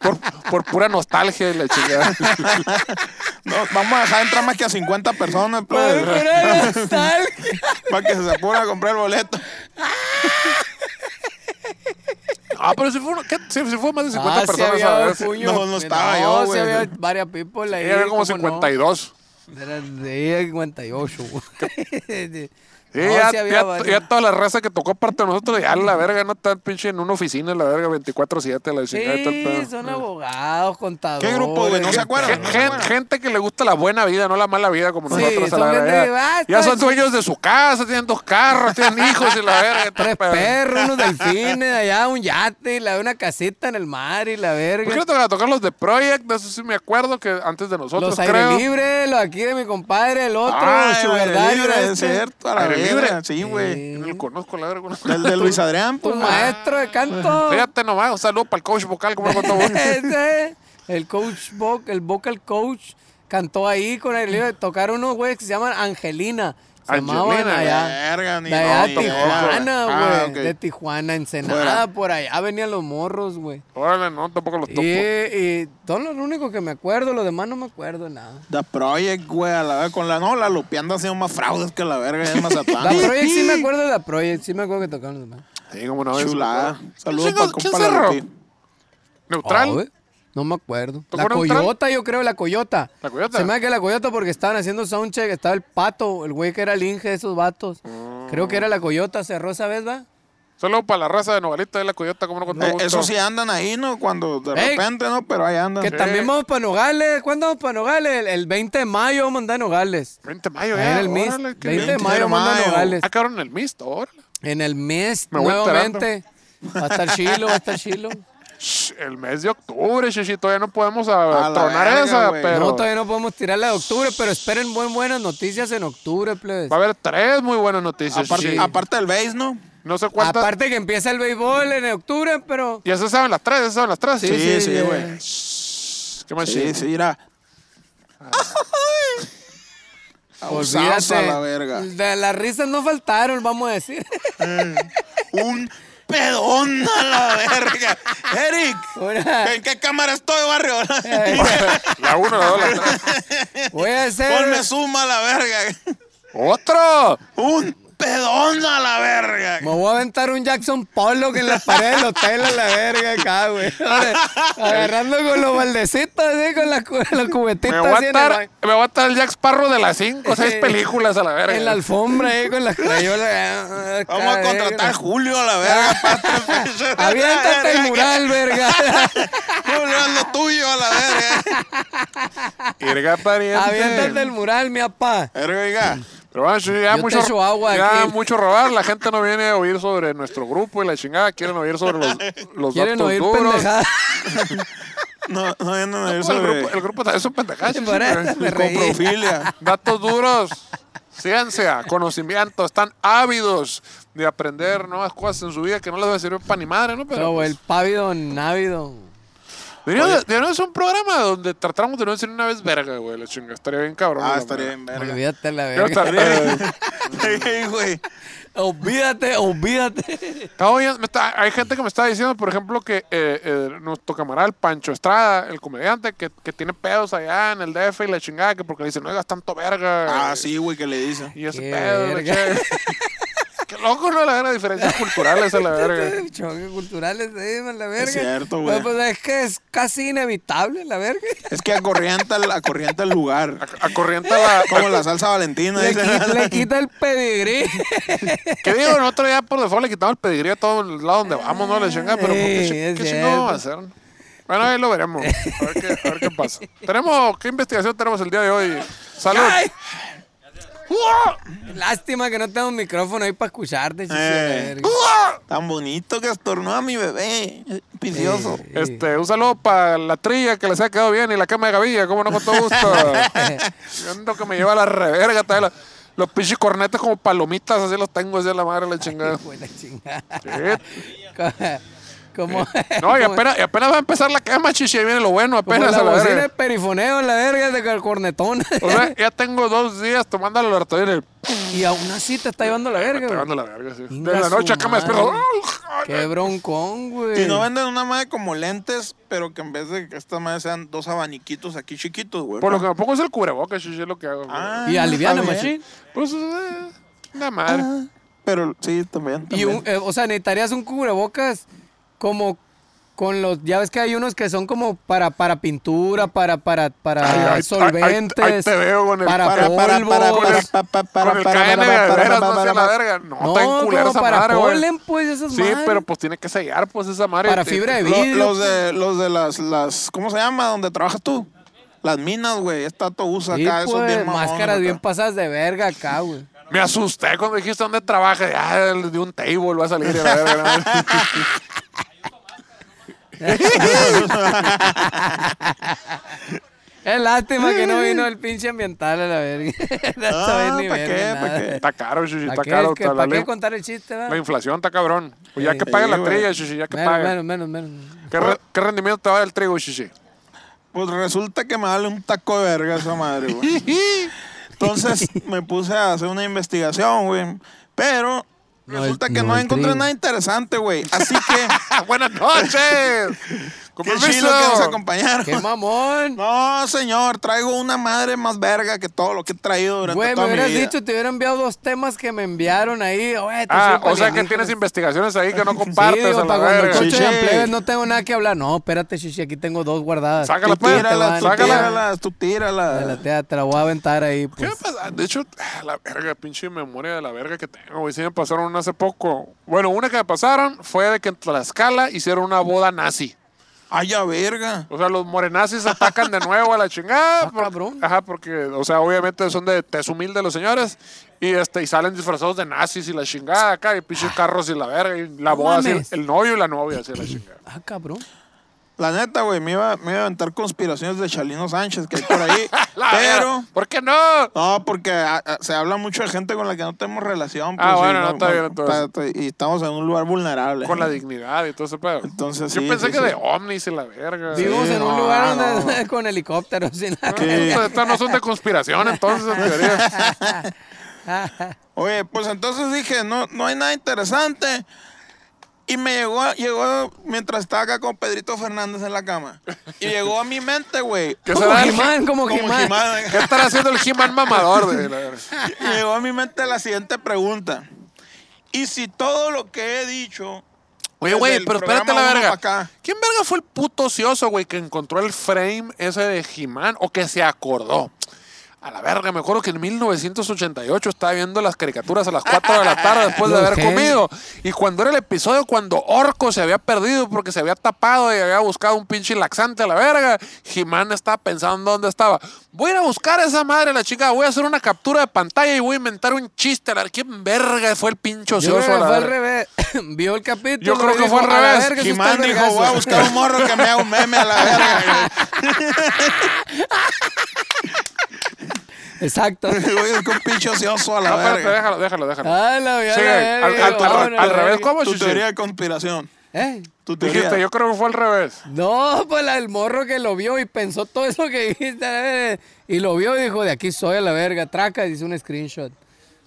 Speaker 1: por, por pura nostalgia y la chingada.
Speaker 2: No, vamos a dejar entrar más que a 50 personas,
Speaker 3: Ay,
Speaker 2: plebes,
Speaker 3: pura nostalgia.
Speaker 2: para que se apure a comprar el boleto.
Speaker 1: Ah, pero si fue, un- ¿qué? Sí, sí fue más de 50
Speaker 3: Ah, sí
Speaker 1: personas
Speaker 3: había
Speaker 1: a ver. Sí,
Speaker 3: puño.
Speaker 2: No, no estaba yo, güey.
Speaker 3: sí había varias people ahí.
Speaker 1: había como
Speaker 3: ¿cómo no?
Speaker 1: 52.
Speaker 3: Era de 58, güey.
Speaker 1: Sí,
Speaker 3: No,
Speaker 1: ya,
Speaker 3: sí había
Speaker 1: ya-
Speaker 3: varias.
Speaker 1: ya toda la raza que tocó parte de nosotros, ya la verga, no tan pinche en una oficina, la verga, 24-7, la chingada. y todo el
Speaker 3: Sí,
Speaker 1: pedo.
Speaker 3: son abogados, contadores.
Speaker 2: ¿Qué grupo, güey? No se
Speaker 1: Gen-
Speaker 2: acuerdan.
Speaker 1: gen- gente que le gusta la buena vida, no la mala vida como
Speaker 3: Sí,
Speaker 1: nosotros. a
Speaker 3: son
Speaker 1: la
Speaker 3: gente
Speaker 1: verga.
Speaker 3: que va,
Speaker 1: ya
Speaker 3: está
Speaker 1: son
Speaker 3: ch-
Speaker 1: dueños de su casa, tienen dos carros, tienen hijos y la verga. eh, y todo
Speaker 3: Tres
Speaker 1: el pedo.
Speaker 3: perros, unos delfines, allá un yate, y la, una casita en el mar y la
Speaker 1: ¿Por
Speaker 2: Pues
Speaker 3: verga.
Speaker 1: qué no te van a tocar los de Project? De eso sí me acuerdo que antes de nosotros,
Speaker 3: Los
Speaker 1: creo.
Speaker 3: aire libre, los aquí de mi compadre, el otro,
Speaker 2: Ah,
Speaker 3: el
Speaker 2: aire
Speaker 3: sugardario
Speaker 2: libre,
Speaker 3: este,
Speaker 2: es cierto, a la
Speaker 1: Aire
Speaker 2: verga,
Speaker 1: libre.
Speaker 2: Sí, güey.
Speaker 1: Yo No lo conozco, la verga.
Speaker 2: El de Luis Adrián,
Speaker 3: tu
Speaker 2: pues.
Speaker 3: maestro de canto.
Speaker 1: Fíjate nomás, un saludo para el coach vocal, como lo contó vos.
Speaker 3: Este, el coach Bo- el vocal coach cantó ahí con el libro, tocaron unos güeyes que se llaman Angelina. Se llamaban
Speaker 1: Angelina,
Speaker 3: allá.
Speaker 2: Verga, ni
Speaker 3: De allá de
Speaker 2: no, tampoco.
Speaker 3: Tijuana, güey.
Speaker 2: Ah, ok.
Speaker 3: De Tijuana, Ensenada, por allá venían los morros, güey.
Speaker 1: Órale, no, tampoco los topo.
Speaker 3: Y, y son los únicos que me acuerdo, los demás no me acuerdo nada.
Speaker 2: The Project, güey, a la verga. Con la, no, la Lupeando ha sido más fraudes que la verga ya en
Speaker 3: La
Speaker 1: Ah,
Speaker 2: Mazatlán.
Speaker 3: Project sí me acuerdo de la Project, sí me acuerdo que tocaron los demás.
Speaker 1: Sí, como no.
Speaker 2: Chulada.
Speaker 1: ¿Quién
Speaker 2: Saludos para el
Speaker 1: quién
Speaker 2: compa la
Speaker 1: cerró?
Speaker 2: Lupi.
Speaker 1: Neutral.
Speaker 3: Ah, güey, no me acuerdo.
Speaker 1: ¿Tocó
Speaker 3: La
Speaker 1: neutral?
Speaker 3: Coyota, yo creo, la Coyota.
Speaker 1: ¿La Coyota?
Speaker 3: Se me hace que la Coyota porque estaban haciendo soundcheck, estaba el pato, el güey que era el Inge de esos vatos.
Speaker 1: Mm.
Speaker 3: Creo que era la Coyota, cerró esa vez, ¿va?
Speaker 1: Solo para la raza de Nogalita de la Coyota, como no contó
Speaker 2: Eh,
Speaker 1: gusto.
Speaker 2: eso sí andan ahí, ¿no? Cuando de
Speaker 3: Ey.
Speaker 2: repente, ¿no? Pero ahí
Speaker 1: Ah,
Speaker 2: andan.
Speaker 3: Que también vamos para Nogales. ¿Cuándo vamos para Nogales? El, el 20 de mayo vamos a andar a Nogales.
Speaker 1: 20 de mayo,
Speaker 3: Ahí en
Speaker 1: ya.
Speaker 3: el Mist.
Speaker 1: órale, qué
Speaker 3: 20 de
Speaker 1: bien.
Speaker 3: mayo vamos a andar a
Speaker 2: mayo.
Speaker 3: Nogales.
Speaker 1: Ah, cabrón, en el Mist, órale.
Speaker 3: En el Mist,
Speaker 1: Me voy enterando.
Speaker 3: nuevamente. Va a estar chilo, va a estar chilo.
Speaker 1: Sh, El mes de octubre, Shishi, todavía no podemos a-
Speaker 2: A la
Speaker 1: tronar
Speaker 2: verga,
Speaker 1: esa,
Speaker 2: güey.
Speaker 1: pero
Speaker 3: No, todavía no podemos tirar la de octubre, pero esperen buen, buenas noticias en octubre, plebes.
Speaker 1: va a haber tres muy buenas noticias.
Speaker 2: Aparte,
Speaker 1: Shishi.
Speaker 2: aparte del base, ¿no?
Speaker 1: No sé cuántas.
Speaker 3: Aparte que empieza el béisbol en octubre, pero...
Speaker 1: Ya se saben las tres, ya se saben las tres.
Speaker 2: Sí, sí,
Speaker 3: ya.
Speaker 2: güey.
Speaker 1: ¿Qué más,
Speaker 2: Sí,
Speaker 1: Shishi?
Speaker 2: sí, mira. Abusados
Speaker 3: Olvídate.
Speaker 2: a la verga.
Speaker 3: De las risas no faltaron, vamos a decir.
Speaker 2: Un pedón a la verga. Eric,
Speaker 3: Ahora,
Speaker 2: ¿en qué cámara estoy, barrio?
Speaker 3: Eh.
Speaker 1: La uno, la dos, la tres.
Speaker 3: voy a
Speaker 2: Ponme
Speaker 3: hacer...
Speaker 2: suma a la verga.
Speaker 1: ¡Otro!
Speaker 2: Un pedón a la verga.
Speaker 3: Me voy a aventar un Jackson Pollock en la pared del hotel a la verga acá, güey. Ahora, Agarrando con los baldecitos, así, con las cu- los cubetitos
Speaker 1: Me voy, a
Speaker 3: así en el
Speaker 1: estar,
Speaker 3: baño.
Speaker 1: me voy a estar el Jack Sparrow de las cinco o seis
Speaker 3: Sí.
Speaker 1: películas a la verga.
Speaker 3: En la alfombra ahí con las crayolas. eh,
Speaker 2: Vamos a contratar a Julio a la verga. Aparte,
Speaker 3: Aviéntate el mural, verga.
Speaker 2: Julio es lo tuyo a la verga.
Speaker 1: Irga, pariente.
Speaker 3: Aviéntate el mural, mi apá.
Speaker 2: Verga, oiga.
Speaker 1: Pero bueno, sí, ya
Speaker 3: Yo
Speaker 1: mucho,
Speaker 3: te echo agua
Speaker 1: ya
Speaker 3: aquí.
Speaker 1: mucho robar. La gente no viene a oír sobre nuestro grupo y la chingada. Quieren oír sobre los, los
Speaker 3: Quieren
Speaker 1: datos
Speaker 3: oír
Speaker 1: duros.
Speaker 3: pendejadas.
Speaker 2: No, no, yo no, yo
Speaker 1: No, el,
Speaker 2: sobre
Speaker 1: grupo, el grupo también es un pendejazo.
Speaker 3: Por eso
Speaker 1: güey.
Speaker 3: me reí.
Speaker 2: coprofilia.
Speaker 1: Datos duros, ciencia, conocimiento. Están ávidos de aprender nuevas cosas en su vida que no les va a servir para ni madre, ¿no? Pero pues,
Speaker 3: No, güey, el pávido návido.
Speaker 1: deberíamos, deberíamos hacer un programa donde tratamos de no decir una vez verga, güey. La chinga, estaría bien cabrón.
Speaker 2: Ah,
Speaker 1: la
Speaker 2: estaría
Speaker 1: madre.
Speaker 2: bien, verga.
Speaker 3: Olvídate la
Speaker 1: Yo
Speaker 3: verga.
Speaker 1: estaría-
Speaker 2: Sí, güey.
Speaker 3: Olvídate, olvídate.
Speaker 1: Estaba oyendo- me está- hay gente que me está diciendo, por ejemplo, que eh, eh, nuestro camarada, el Pancho Estrada, el comediante, que, que tiene pedos allá en el DF y la chingada, que porque le dicen, no hagas tanto verga.
Speaker 2: Ah, sí, güey, que le dice.
Speaker 1: Y ese
Speaker 3: Qué
Speaker 1: pedo, la
Speaker 3: verga.
Speaker 1: chingada. Qué loco, ¿no? La verga, diferencias culturales a la verga.
Speaker 3: Choques culturales, eh, man, la verga.
Speaker 2: cierto, güey.
Speaker 3: No, Pues es que es casi inevitable, la verga.
Speaker 2: Es que acorrienta, el- acorrienta el lugar.
Speaker 1: Acorriente la.
Speaker 2: Como la salsa valentina.
Speaker 3: Le,
Speaker 2: dice.
Speaker 3: qui- le quita el pedigrí.
Speaker 1: Que digo, nosotros ya por default le quitamos el pedigrí a todo el lado donde vamos, ¿no? La chingada, pero pues, ¿qué,
Speaker 3: Sí,
Speaker 1: chi-
Speaker 3: es
Speaker 1: qué chingado vamos a hacer?
Speaker 3: cierto.
Speaker 1: Bueno, ahí lo veremos. A ver qué, a ver qué pasa. Tenemos, ¿qué investigación tenemos el día de hoy? Salud.
Speaker 3: Ay,
Speaker 1: ¡Uah!
Speaker 3: Lástima que no tengo micrófono ahí para escucharte, chichi, la
Speaker 2: Eh.
Speaker 3: verga.
Speaker 1: ¡Uah!
Speaker 2: Tan bonito que estornó a mi bebé. Pidioso.
Speaker 1: Este, un saludo para la trilla que les ha quedado bien y la cama de Gavilla, como no con todo gusto. Yo ando que me lleva a la reverga, trae la- los pinches cornetas como palomitas, así los tengo, así a la madre la chingada.
Speaker 3: Hijo de la chingada.
Speaker 1: Sí.
Speaker 3: Como,
Speaker 2: Eh.
Speaker 1: No, y
Speaker 3: como-
Speaker 1: apenas, y apenas va a empezar la quema, chichi, ahí viene lo bueno,
Speaker 3: como
Speaker 1: apenas
Speaker 3: la
Speaker 1: a la
Speaker 3: bocina de
Speaker 1: verga.
Speaker 3: perifoneo, la verga de cor- cornetón.
Speaker 1: O sea, ya tengo dos días tomando la Bertolini.
Speaker 3: y aún así te está llevando la verga,
Speaker 1: Pegando
Speaker 3: güey.
Speaker 1: la verga, sí.
Speaker 3: Inga
Speaker 1: De la
Speaker 3: su
Speaker 1: noche acá me despierto.
Speaker 3: madre. Qué broncón, güey.
Speaker 2: Si no venden una madre como lentes, pero que en vez de que estas madres sean dos abaniquitos aquí chiquitos, güey.
Speaker 1: Por lo que me pongo es el cubrebocas, chichi, es lo que hago. güey.
Speaker 2: Ah,
Speaker 3: Y aliviana,
Speaker 2: está
Speaker 3: machín.
Speaker 2: bien.
Speaker 1: Pues, eh, una madre.
Speaker 2: Ah, Pero sí, también.
Speaker 3: Y
Speaker 2: también.
Speaker 3: un- eh, o sea, necesitarías un cubrebocas como con los, ya ves que hay unos que son como para para pintura, para para
Speaker 1: Ay, ay,
Speaker 3: para
Speaker 1: ay,
Speaker 3: solventes,
Speaker 1: ay, te veo con el-
Speaker 3: para,
Speaker 2: para, para, para,
Speaker 3: polvos.
Speaker 2: para, para, para, para,
Speaker 1: con el
Speaker 2: para,
Speaker 1: KN
Speaker 2: para,
Speaker 1: de
Speaker 2: para,
Speaker 1: veras,
Speaker 2: para,
Speaker 1: no sea la
Speaker 2: para,
Speaker 1: verga. No,
Speaker 3: no,
Speaker 1: está en culera
Speaker 3: como
Speaker 1: esa
Speaker 3: para
Speaker 1: madre, güey.
Speaker 3: polen, pues esas
Speaker 1: Sí,
Speaker 3: madres.
Speaker 1: pero pues tiene que sellar, pues esa madre.
Speaker 3: Para
Speaker 1: Y-
Speaker 3: fibra de
Speaker 1: y-
Speaker 2: Lo-
Speaker 3: vidrio.
Speaker 2: los de los de las las ¿cómo se llama? donde trabajas tú. Las minas, güey. Esta to usa
Speaker 3: Sí,
Speaker 2: acá esos
Speaker 3: pues,
Speaker 2: bien mamones
Speaker 3: máscaras
Speaker 2: acá.
Speaker 3: bien pasadas de verga acá, güey.
Speaker 1: Me asusté cuando dijiste dónde trabaja. Ah, el de un table va a salir. y la verga.
Speaker 3: Es lástima que no vino el pinche ambiental a la verga. No
Speaker 1: Ah,
Speaker 3: sabes ni
Speaker 2: ¿pa'
Speaker 3: ver
Speaker 2: qué?
Speaker 3: ni
Speaker 2: ¿pa'
Speaker 3: nada.
Speaker 2: qué?
Speaker 1: está caro, Shishi,
Speaker 3: ¿Pa'
Speaker 1: está
Speaker 3: qué?
Speaker 1: caro.
Speaker 3: Es que
Speaker 1: está la,
Speaker 3: ¿pa' qué Eh,
Speaker 1: ley-
Speaker 3: contar el chiste, va?
Speaker 1: la inflación está cabrón. Pues ya que
Speaker 2: Sí,
Speaker 1: pague la
Speaker 2: güey.
Speaker 1: trilla, Shishi, ya que
Speaker 3: Menos,
Speaker 1: pague.
Speaker 3: menos, menos, menos.
Speaker 1: ¿Qué, re- qué rendimiento te va a dar el trigo, Shishi?
Speaker 2: Pues resulta que me vale un taco de verga esa madre, güey. Entonces me puse a hacer una investigación, güey. Pero
Speaker 3: No,
Speaker 2: resulta
Speaker 3: el-
Speaker 2: que
Speaker 3: no,
Speaker 2: no,
Speaker 3: el
Speaker 2: encontré
Speaker 3: trigo.
Speaker 2: nada interesante, güey. Así que,
Speaker 1: Ah, buenas noches. Con
Speaker 2: qué
Speaker 1: permiso.
Speaker 2: chilo que nos acompañaron.
Speaker 3: ¡Qué mamón!
Speaker 2: No, señor, traigo una madre más verga que todo lo que he traído durante
Speaker 3: Güey, me
Speaker 2: toda mi vida.
Speaker 3: hubieras dicho, te hubiera enviado dos temas que me enviaron ahí. Oye, te
Speaker 1: Ah,
Speaker 3: sirve
Speaker 1: o sea que
Speaker 3: alienígenas.
Speaker 1: tienes investigaciones ahí que no
Speaker 3: Sí,
Speaker 1: compartes
Speaker 3: digo,
Speaker 1: a la
Speaker 3: para cuando
Speaker 1: verga.
Speaker 3: Cocho y
Speaker 2: Chichi.
Speaker 3: Amplebes no tengo nada que hablar. No, espérate, Shishi, aquí tengo dos guardadas.
Speaker 1: Sácala,
Speaker 2: Tú
Speaker 1: pues.
Speaker 2: tíralas, tú
Speaker 1: Sácala.
Speaker 2: tíralas, tú tíralas.
Speaker 3: Te la, te, te la voy a aventar ahí,
Speaker 1: ¿Qué me
Speaker 3: pues.
Speaker 1: pasa? De hecho, la verga, pinche memoria de la verga que tengo, güey. Sí me pasaron una hace poco. Bueno, una que me pasaron fue de que en Tlaxcala hicieron una boda nazi.
Speaker 2: Ay, ya verga.
Speaker 1: O sea, los morenazis atacan de nuevo a la chingada.
Speaker 3: Ah,
Speaker 1: por-
Speaker 3: cabrón.
Speaker 1: Ajá, porque, o sea, obviamente son de tez humilde los señores. Y este, y salen disfrazados de nazis y la chingada acá, y pinches carros y la verga, y la boda así,
Speaker 3: mames.
Speaker 1: el novio y la novia así la chingada.
Speaker 3: Ah, cabrón.
Speaker 2: La neta, güey, me iba, me iba a aventar conspiraciones de Chalino Sánchez que hay por ahí.
Speaker 1: La
Speaker 2: pero.
Speaker 1: verga, ¿Por qué no?
Speaker 2: No, porque a- a- se habla mucho de gente con la que no tenemos relación. pues,
Speaker 1: Ah, bueno, no, está bien, entonces.
Speaker 2: está- Y estamos en un lugar vulnerable.
Speaker 1: Con la dignidad y todo ese pedo.
Speaker 2: Entonces,
Speaker 1: Yo
Speaker 2: sí,
Speaker 1: pensé
Speaker 2: sí,
Speaker 1: que
Speaker 2: sí.
Speaker 1: de ovnis y la verga.
Speaker 3: Vivimos en un
Speaker 2: no,
Speaker 3: lugar donde- con helicópteros y nada.
Speaker 2: ¿Qué?
Speaker 1: Estas estas no son de conspiración, entonces, en teoría.
Speaker 2: Oye, pues entonces dije, no, no hay nada interesante. Y me llegó, llegó mientras estaba acá con Pedrito Fernández en la cama. Y llegó a mi mente, güey.
Speaker 1: ¿Qué
Speaker 3: Como
Speaker 1: será?
Speaker 3: Jimán, como
Speaker 2: Como
Speaker 3: Jimán.
Speaker 2: He-Man.
Speaker 1: ¿Qué estará haciendo el He-Man mamador? güey? La verga.
Speaker 2: Y llegó a mi mente la siguiente pregunta. ¿Y si todo lo que he dicho...
Speaker 1: Oye,
Speaker 2: desde
Speaker 1: güey,
Speaker 2: el
Speaker 1: pero
Speaker 2: programa
Speaker 1: espérate la
Speaker 2: uno
Speaker 1: verga.
Speaker 2: pa' acá,
Speaker 1: ¿Quién verga fue el puto ocioso, güey, que encontró el frame ese de He-Man o que se acordó? A la verga, me acuerdo que en 1988 estaba viendo las caricaturas a las 4 de la tarde después de
Speaker 3: Los
Speaker 1: haber
Speaker 3: genios.
Speaker 1: comido. Y cuando era el episodio cuando Orco se había perdido porque se había tapado y había buscado un pinche laxante a la verga, He-Man estaba pensando dónde estaba. Voy a ir a buscar a esa madre, la chica, voy a hacer una captura de pantalla y voy a inventar un chiste. a la- ¿Quién verga fue el pinche
Speaker 3: Yo
Speaker 1: ocioso? a
Speaker 3: creo que
Speaker 1: la
Speaker 3: fue al
Speaker 1: verga?
Speaker 3: revés. Vio el capítulo.
Speaker 1: Yo creo
Speaker 3: y
Speaker 1: que
Speaker 3: dijo,
Speaker 1: fue al
Speaker 3: "A la
Speaker 1: revés.
Speaker 3: verga, eso está
Speaker 2: Jimán
Speaker 3: el
Speaker 2: dijo,
Speaker 3: vergazo".
Speaker 2: voy a buscar un morro que me haga un meme a la verga.
Speaker 3: Exacto.
Speaker 2: Y Voy a ir con pinche ocioso a la
Speaker 1: No, espérate,
Speaker 2: verga.
Speaker 1: déjalo, déjalo, déjalo.
Speaker 3: Ah, la vi a la
Speaker 1: Sí,
Speaker 3: verga,
Speaker 1: al- al-
Speaker 3: vámonos,
Speaker 1: al-
Speaker 3: la
Speaker 1: al revés,
Speaker 3: verga.
Speaker 1: ¿cómo?
Speaker 2: Tu
Speaker 1: Chuchín?
Speaker 2: teoría de conspiración.
Speaker 3: ¿Eh?
Speaker 2: Tu teoría.
Speaker 1: Dijiste, yo creo que fue al revés.
Speaker 3: No, pues la del morro que lo vio y pensó todo eso que dijiste. a la verga, Y lo vio y dijo, de aquí soy a la verga, traca, y hizo un screenshot.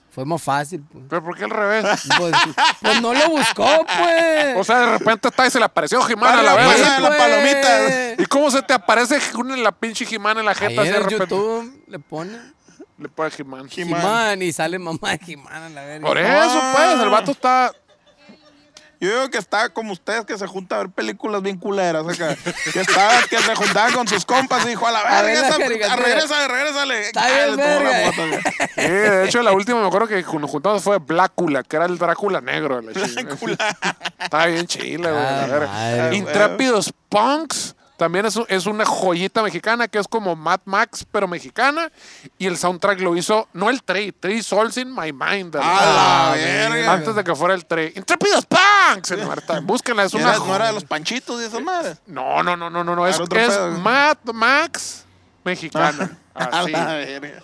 Speaker 3: Fue más fácil, pues.
Speaker 1: ¿Pero por qué al revés?
Speaker 3: Pues, pues no lo buscó, pues.
Speaker 1: O sea, de repente está y se le apareció Jimán a la
Speaker 2: Vale,
Speaker 1: verga.
Speaker 2: vale. la palomita.
Speaker 1: ¿Y cómo se te aparece una- la pinche Jimán en la
Speaker 3: Ahí
Speaker 1: jeta?
Speaker 3: en
Speaker 1: Así de
Speaker 3: el
Speaker 1: repente
Speaker 3: YouTube le ponen
Speaker 1: le pone Jimán.
Speaker 2: He-Man.
Speaker 3: Jimán y sale mamá de Jimán a la verga.
Speaker 1: Por eso, pues, el vato está...
Speaker 2: Yo digo que estaba como ustedes que se junta a ver películas bien culeras acá. que estaba, que se juntaban con sus compas y dijo, a la
Speaker 3: A ver
Speaker 2: verga,
Speaker 3: la
Speaker 2: esa,
Speaker 3: caricatura.
Speaker 2: regrésale, regrésale.
Speaker 3: Está
Speaker 2: Ah,
Speaker 3: bien
Speaker 2: le tomó la
Speaker 3: verga.
Speaker 2: foto, güey.
Speaker 1: Sí, de hecho, la última me acuerdo que nos juntamos fue Blácula, que era el Drácula negro. La Drácula. Estaba bien chila, güey. la
Speaker 3: Ah,
Speaker 1: verga.
Speaker 3: madre.
Speaker 1: Intrépidos Punks. También es, un- es una joyita mexicana que es como Mad Max, pero mexicana. Y el soundtrack lo hizo, no el Trey, Trey Souls in My Mind. Ah,
Speaker 2: A la verga.
Speaker 1: Antes de que fuera el Trey. Intrépidos Punks. en Marta, Búsquenla, es una.
Speaker 2: Era- no era de los panchitos y esas madres.
Speaker 1: No, no, no, no, no. no, Es,
Speaker 2: Era otro
Speaker 1: es
Speaker 2: pedo. Ah,
Speaker 1: Mad Max mexicana.
Speaker 2: A
Speaker 1: Así.
Speaker 2: la verga.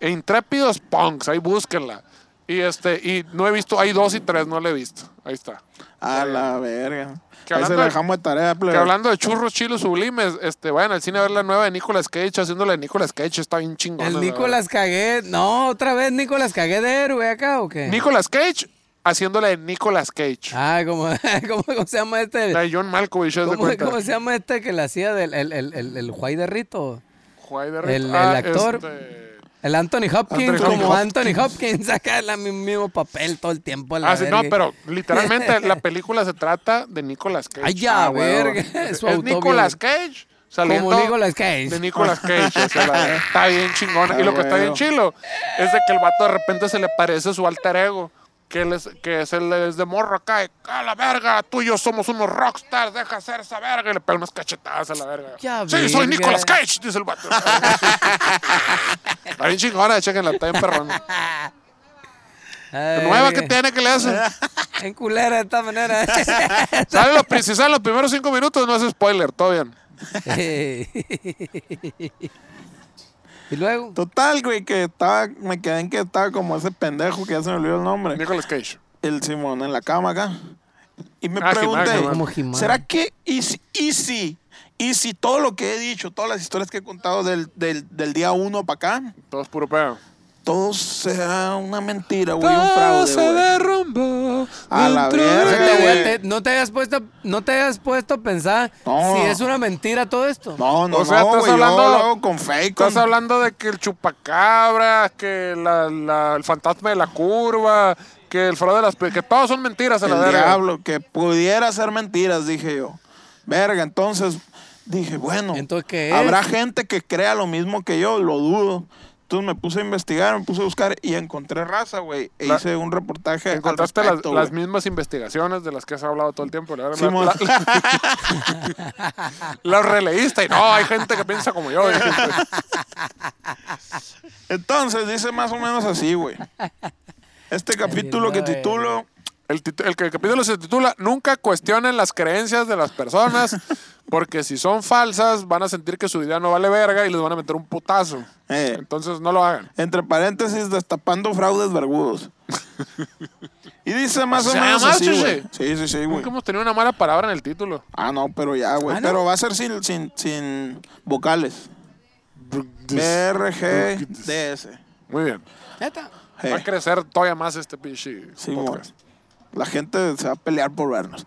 Speaker 1: E Intrépidos Punks, ahí búsquenla. Y este, y no he visto, hay dos y tres, no la he visto. Ahí está.
Speaker 2: A la verga.
Speaker 1: Que
Speaker 2: Ahí
Speaker 1: hablando
Speaker 2: se la
Speaker 1: de-
Speaker 2: dejamos de tarea, plebe.
Speaker 1: Que hablando de churros chilos sublimes, este, vayan al cine a ver la nueva de Nicolas Cage, haciéndole de Nicolas Cage, está bien chingón.
Speaker 3: El Nicolas Cagué. No, otra vez Nicolas Cagué de héroe acá o qué?
Speaker 1: Nicolas Cage, haciéndole de Nicolas Cage.
Speaker 3: Ah, como, como, ¿cómo se llama
Speaker 1: La
Speaker 3: este.
Speaker 1: de John Malkovich, haz de
Speaker 3: ¿Cómo,
Speaker 1: cuenta.
Speaker 3: cómo se llama este que le hacía del el, el, el, el Juay de Rito?
Speaker 1: Juárez de
Speaker 3: el-
Speaker 1: Rito. Ah,
Speaker 3: el actor?
Speaker 1: este,
Speaker 3: El Anthony Hopkins,
Speaker 1: Anthony
Speaker 3: como
Speaker 1: Hopkins.
Speaker 3: Anthony Hopkins, saca el mismo papel todo el tiempo. a La
Speaker 1: Ah, sí, no,
Speaker 3: verga.
Speaker 1: pero literalmente la película se trata de Nicolas Cage.
Speaker 3: Ay, ya,
Speaker 2: Ah, huevo.
Speaker 3: verga.
Speaker 1: es
Speaker 3: Su autobiografía.
Speaker 1: Nicolas Cage saliendo
Speaker 3: Como Nicolas Cage.
Speaker 1: de Nicolas Cage. o sea, la- está bien chingona.
Speaker 2: Ah,
Speaker 1: Y lo que está bien
Speaker 2: bueno.
Speaker 1: chilo es de que el vato de repente se le parece su alter ego. Que, él es, que es el es de morro acá. y, a la verga, tú y yo somos unos rockstars. Deja hacer esa verga. Y le pega unas cachetadas a la verga.
Speaker 3: Ya,
Speaker 1: sí, soy
Speaker 3: verga.
Speaker 1: Nicolas Cage, dice el vato. está bien chingona, chequenla, está bien perrona.
Speaker 3: Ay,
Speaker 1: Nueva que
Speaker 3: verga.
Speaker 1: tiene que le hace.
Speaker 3: En culera de esta manera.
Speaker 1: Sale los, pri- si salen los primeros cinco minutos, no es spoiler, todo bien.
Speaker 3: y luego.
Speaker 2: Total, güey, que estaba, me quedé en que estaba como ese pendejo que ya se me olvidó el nombre.
Speaker 1: Nicolas Cage.
Speaker 2: el Simón en la cama acá. Y me
Speaker 1: Ah,
Speaker 2: pregunté,
Speaker 1: Jimán, Jimán.
Speaker 3: Como Jimán.
Speaker 2: ¿será que y si, y si, y si todo lo que he dicho, todas las historias que he contado del, del, del día uno para acá,
Speaker 1: Todo es puro pedo.
Speaker 2: todo sea una mentira, güey, un fraude, güey?
Speaker 1: derrumbó.
Speaker 2: A la dentro de
Speaker 3: Te-
Speaker 2: verga.
Speaker 3: te-
Speaker 2: güey.
Speaker 3: te- no te hayas puesto, no te hayas puesto a pensar
Speaker 2: No.
Speaker 3: si es una mentira todo esto.
Speaker 2: No, no,
Speaker 1: O sea,
Speaker 2: no,
Speaker 1: estás
Speaker 2: güey, yo
Speaker 1: hablando-
Speaker 2: lo hago con fake.
Speaker 1: Estás
Speaker 2: con-
Speaker 1: hablando de que el chupacabra, que la, la- el fantasma de la curva, que el fraude de las... pe- Que todos son mentiras a la
Speaker 2: el
Speaker 1: verga.
Speaker 2: diablo, eh, que pudiera ser mentiras, dije yo. Verga, entonces dije, bueno,
Speaker 3: ¿Entonces qué es?
Speaker 2: habrá gente que crea lo mismo que yo, lo dudo. Entonces me puse a investigar, me puse a buscar y encontré raza, güey. E
Speaker 1: La-
Speaker 2: hice un reportaje al
Speaker 1: Encontraste las-
Speaker 2: respecto,
Speaker 1: las,
Speaker 2: güey.
Speaker 1: mismas investigaciones de las que has hablado todo el tiempo. la verdad,
Speaker 2: Simón.
Speaker 1: la- la- Las releíste y no, hay gente que piensa como yo. dijiste.
Speaker 2: Entonces dice más o menos así, güey. Este capítulo que
Speaker 3: güey.
Speaker 2: titulo
Speaker 1: El, titu- el que- el capítulo se titula Nunca cuestionen las creencias de las personas, porque si son falsas van a sentir que su idea no vale verga y les van a meter un putazo.
Speaker 2: Eh.
Speaker 1: Entonces no lo hagan.
Speaker 2: entre paréntesis, destapando fraudes vergudos. Y dice más o
Speaker 1: ¿Se
Speaker 2: menos
Speaker 1: llama
Speaker 2: así,
Speaker 1: así,
Speaker 2: güey.
Speaker 1: sí?
Speaker 2: Sí, sí, sí, güey.
Speaker 1: Nunca hemos tenido una mala palabra en el título.
Speaker 2: Ah, no, pero ya, güey.
Speaker 3: Ah, ¿no?
Speaker 2: Pero va a ser sin, sin, sin vocales. BRGDS.
Speaker 1: Muy bien.
Speaker 3: Neta.
Speaker 2: Eh,
Speaker 1: Va a crecer todavía más este pinche
Speaker 2: sí,
Speaker 1: podcast.
Speaker 2: güey. La gente se va a pelear por vernos.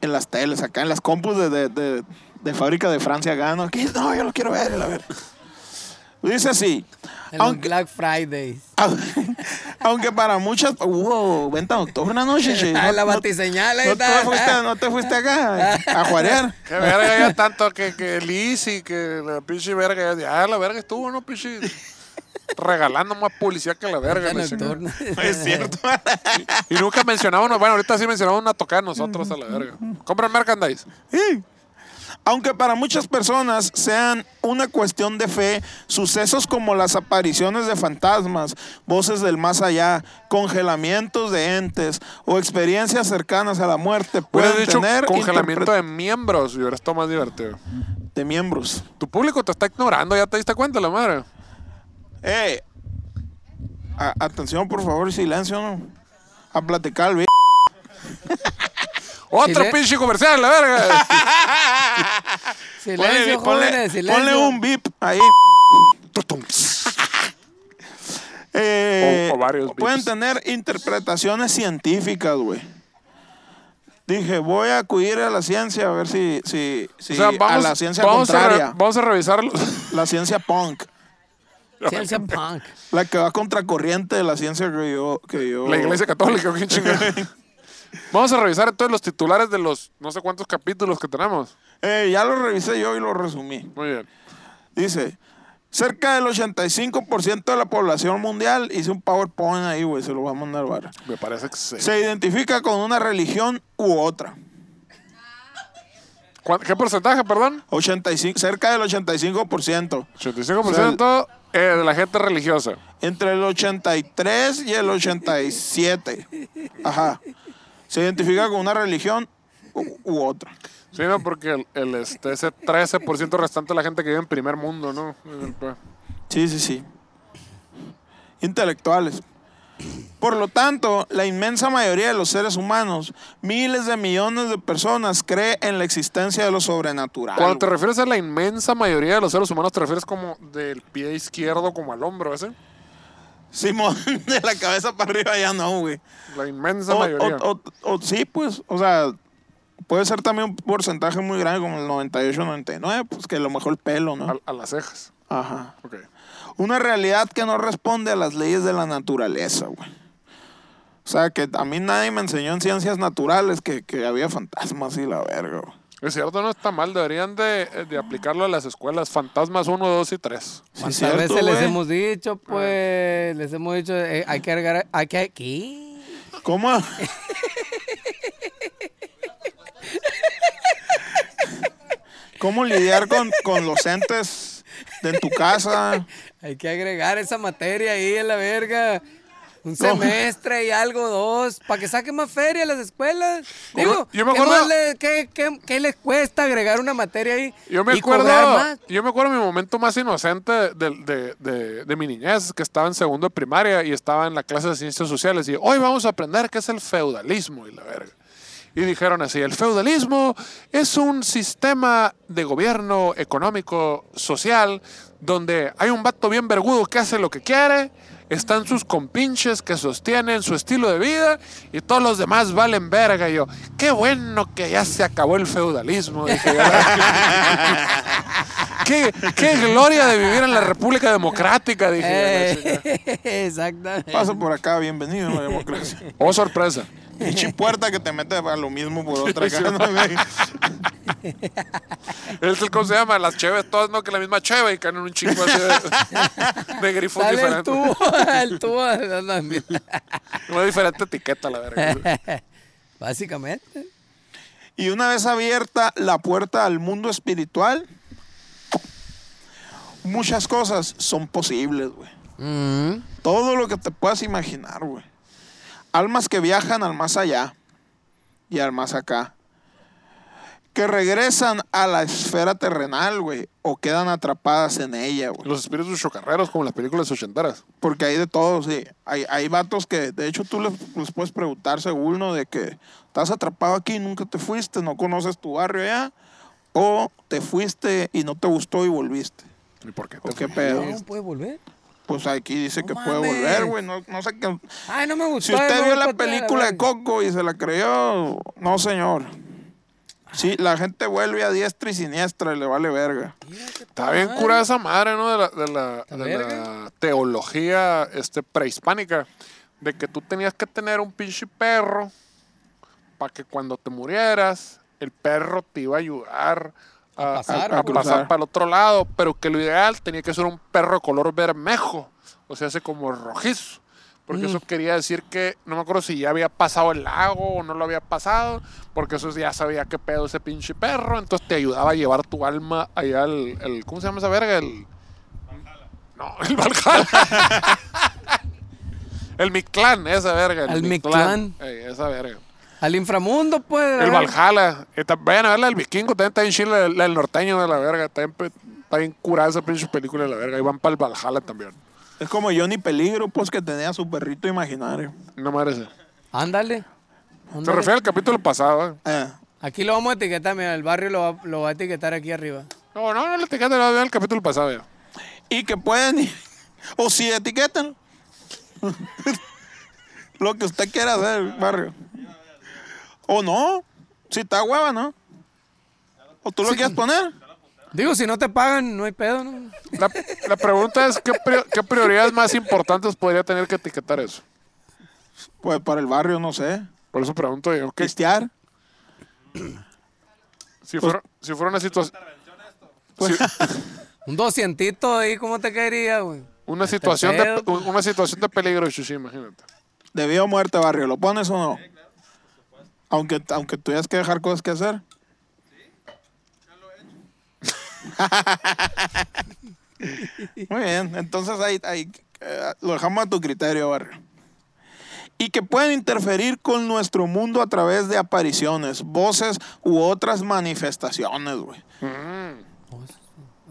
Speaker 2: En las teles, acá en las compus de, de, de- de fábrica de Francia gano. Aquí, no, yo lo quiero ver, la ver. Dice así.
Speaker 3: En los
Speaker 2: Aunque,
Speaker 3: Black Fridays.
Speaker 2: aunque para muchas. Wow, venta de octubre una noche, che.
Speaker 3: Ah,
Speaker 2: No-
Speaker 3: la
Speaker 2: no-
Speaker 3: batiseñal ahí
Speaker 2: no, te
Speaker 3: está.
Speaker 2: fuiste, no te fuiste acá a juarear.
Speaker 1: Que verga ya tanto que, que Liz y que la pinche verga ya, ah, la verga estuvo, ¿no, pinche? Regalando más publicidad que la verga.
Speaker 3: Venta
Speaker 1: la chingada.
Speaker 3: nocturna.
Speaker 2: Es cierto.
Speaker 1: Y nunca mencionamos, bueno, ahorita sí mencionamos una tocada de nosotros a la verga. Compran merchandise.
Speaker 2: Aunque para muchas personas sean una cuestión de fe, sucesos como las apariciones de fantasmas, voces del más allá, congelamientos de entes o experiencias cercanas a la muerte
Speaker 1: Hubieras
Speaker 2: pueden
Speaker 1: dicho
Speaker 2: tener
Speaker 1: congelamiento
Speaker 2: interpre-
Speaker 1: de miembros y hubiera estado más divertido.
Speaker 2: de miembros.
Speaker 1: Tu público te está ignorando, ya te diste cuenta, la madre.
Speaker 2: Eh, a- atención por favor, silencio, ¿no? A platicar, vi-
Speaker 1: Otro
Speaker 3: Silen-
Speaker 1: pinche comercial, la verga.
Speaker 3: Silencio,
Speaker 2: ponle,
Speaker 3: jóvenes, silencio.
Speaker 2: ponle un beep ahí.
Speaker 1: Tutum.
Speaker 2: Eh,
Speaker 1: O- o varios
Speaker 2: pueden
Speaker 1: beeps.
Speaker 2: tener interpretaciones científicas, güey. Dije, voy a acudir a la ciencia a ver si, si, si
Speaker 1: o sea,
Speaker 2: a
Speaker 1: vamos,
Speaker 2: la ciencia
Speaker 1: vamos, a re-
Speaker 2: contraria,
Speaker 1: vamos a revisarlo.
Speaker 2: la ciencia punk,
Speaker 3: Ciencia punk.
Speaker 2: la que va contracorriente de la ciencia que yo, que yo.
Speaker 1: La iglesia católica, qué chingada. Vamos a revisar entonces los titulares de los no sé cuántos capítulos que tenemos.
Speaker 2: Eh, ya lo revisé yo y lo resumí.
Speaker 1: Muy bien.
Speaker 2: Dice, cerca del 85% de la población mundial hice un PowerPoint ahí, güey, se lo voy a mandar vara.
Speaker 1: Me parece excelente.
Speaker 2: Se identifica con una religión u otra.
Speaker 1: ¿Cuán- ¿Qué porcentaje, perdón?
Speaker 2: 85, cerca del 85%.
Speaker 1: 85% eh, de la gente religiosa.
Speaker 2: entre el 83 y el 87. Ajá. Se identifica con una religión u, u otra.
Speaker 1: Sí, no, porque el, el, este, ese 13% restante de la gente que vive en primer mundo, ¿no?
Speaker 2: Sí, sí, sí. Intelectuales. Por lo tanto, la inmensa mayoría de los seres humanos, miles de millones de personas, cree en la existencia de lo sobrenatural.
Speaker 1: Cuando te
Speaker 2: güey.
Speaker 1: refieres a la inmensa mayoría de los seres humanos, te refieres como del pie izquierdo como al hombro, ¿ese?
Speaker 2: Simón, de la cabeza para arriba ya no, güey.
Speaker 1: La inmensa
Speaker 2: O,
Speaker 1: mayoría.
Speaker 2: o- o- o- sí, pues, o sea, puede ser también un porcentaje muy grande como el 98, 99, pues que a lo mejor el pelo, ¿no?
Speaker 1: A, a las cejas.
Speaker 2: Ajá.
Speaker 1: Ok.
Speaker 2: Una realidad que no responde a las leyes de la naturaleza, güey. O sea, que a mí nadie me enseñó en ciencias naturales que, que había fantasmas y la verga, güey.
Speaker 1: Es cierto, no está mal. Deberían de, eh, de aplicarlo a las escuelas. Fantasmas 1, 2 y 3.
Speaker 2: Sí,
Speaker 3: ¿Cuántas
Speaker 2: cierto,
Speaker 3: veces les
Speaker 2: güey.
Speaker 3: hemos dicho, pues? Les hemos dicho, eh, hay que agregar, hay que aquí.
Speaker 2: ¿Cómo? ¿Cómo lidiar con, con los entes de en tu casa?
Speaker 3: Hay que agregar esa materia ahí en la verga. Un semestre y algo, dos, para que saquen más feria las escuelas. Digo,
Speaker 1: yo me
Speaker 3: ¿qué,
Speaker 1: acuerdo-
Speaker 3: más le- qué- qué- qué les cuesta agregar una materia ahí?
Speaker 1: Yo me
Speaker 3: y cobrar
Speaker 1: acuerdo,
Speaker 3: más?
Speaker 1: yo me acuerdo mi momento más inocente de, de- de- de mi niñez, que estaba en segundo de primaria y estaba en la clase de ciencias sociales y hoy vamos a aprender qué es el feudalismo y la verga. Y dijeron así, el feudalismo es un sistema de gobierno económico, social, donde hay un vato bien vergudo que hace lo que quiere, están sus compinches que sostienen su estilo de vida y todos los demás valen verga. Y yo, qué bueno que ya se acabó el feudalismo. dije yo. qué, qué gloria de vivir en la República Democrática, dije. yo, la chica.
Speaker 3: Eh, exactamente.
Speaker 2: Pasa por acá, bienvenido a la democracia.
Speaker 1: Oh, sorpresa.
Speaker 2: Pinche puerta que te mete a lo mismo por otra casa.
Speaker 1: Es el, ¿Cómo se llama? Las cheves todas, ¿no? Que la misma cheve y caen en un chingo así de, de grifos
Speaker 3: Sale el
Speaker 1: diferentes.
Speaker 3: tubo, el tubo. no, no, mira.
Speaker 1: Una diferente etiqueta, la verga.
Speaker 3: Básicamente.
Speaker 2: Y una vez abierta la puerta al mundo espiritual, muchas cosas son posibles, güey.
Speaker 3: Mm.
Speaker 2: Todo lo que te puedas imaginar, güey. Almas que viajan al más allá y al más acá. Que regresan a la esfera terrenal, güey. O quedan atrapadas en ella, güey.
Speaker 1: Los espíritus chocarreros, como las películas ochenteras.
Speaker 2: Porque hay de todo, sí. Hay, hay vatos que, de hecho, tú les, les puedes preguntar, según ¿no? de que estás atrapado aquí y nunca te fuiste, no conoces tu barrio allá. O te fuiste y no te gustó y volviste.
Speaker 1: ¿Y por qué?
Speaker 2: ¿O
Speaker 1: te
Speaker 2: qué
Speaker 1: fui?
Speaker 2: pedo?
Speaker 3: No, puede volver.
Speaker 2: Pues aquí dice que
Speaker 3: No
Speaker 2: puede
Speaker 3: mames.
Speaker 2: volver, güey. No, no sé qué.
Speaker 3: Ay, no me gustó.
Speaker 2: Si
Speaker 3: ya me
Speaker 2: usted vio
Speaker 3: voy
Speaker 2: la
Speaker 3: pa' atrás,
Speaker 2: película de
Speaker 3: verga.
Speaker 2: Coco y se la creyó, no, señor. Sí, la gente vuelve a diestra y siniestra y le vale verga.
Speaker 1: Está bien curada esa madre, ¿no? De la, de la-
Speaker 3: La
Speaker 1: de la
Speaker 3: verga.
Speaker 1: teología este, prehispánica. De que tú tenías que tener un pinche perro para que cuando te murieras, el perro te iba a ayudar a,
Speaker 3: A pasar,
Speaker 1: a- a
Speaker 3: a
Speaker 1: pasar
Speaker 2: cruzar.
Speaker 1: para el otro lado. Pero que lo ideal tenía que ser un perro color bermejo. O sea, hace como rojizo. Porque eso quería decir que, no me acuerdo si ya había pasado el lago o no lo había pasado, porque eso ya sabía qué pedo ese pinche perro, entonces te ayudaba a llevar tu alma allá al, el- ¿cómo se llama esa verga? El... No, el Valhalla. el Mictlán, esa verga. El
Speaker 3: Al
Speaker 1: Mictlán. Ey, esa verga.
Speaker 3: Al inframundo, pues. la
Speaker 1: El
Speaker 3: verga.
Speaker 1: Valhalla. Eh, tam- Vayan a ver la del vikingo, también está en Chile, la- la del norteño de la verga. Está bien, pe- está bien curada esa pinche película de la verga. Y van para el Valhalla también.
Speaker 2: Es como Johnny Peligro, pues, que tenía su perrito imaginario.
Speaker 1: No me parece.
Speaker 3: Ándale.
Speaker 1: Se
Speaker 3: Ándale.
Speaker 1: refiere al capítulo pasado, ¿eh?
Speaker 2: Eh,
Speaker 3: Aquí lo vamos a etiquetar, mira, el barrio lo va, lo va a etiquetar aquí arriba.
Speaker 1: No, no, no le etiqueta, no, vean el capítulo pasado ya.
Speaker 2: y que pueden ir- o si etiquetan lo que usted quiera hacer barrio o no si está hueva no o tú lo quieres poner
Speaker 3: Digo, si no te pagan, no hay pedo, ¿no?
Speaker 1: La, la pregunta es, ¿qué, pri- qué prioridades más importantes podría tener que etiquetar eso?
Speaker 2: pues para el barrio no sé
Speaker 1: Por eso pregunto yo, ¿qué-
Speaker 2: cristiar
Speaker 1: si, fuera, si fuera una situación...
Speaker 3: Un doscientito ahí, ¿cómo te caería, güey?
Speaker 1: Una situación, de,
Speaker 3: pedo.
Speaker 1: una situación de peligro, Chuchi, imagínate.
Speaker 2: de vida o muerte barrio lo pones o no aunque aunque tuvieras que dejar cosas que hacer Muy bien, entonces ahí, ahí, eh, lo dejamos a tu criterio, Barrio. Y que pueden interferir con nuestro mundo a través de apariciones, voces u otras manifestaciones, güey.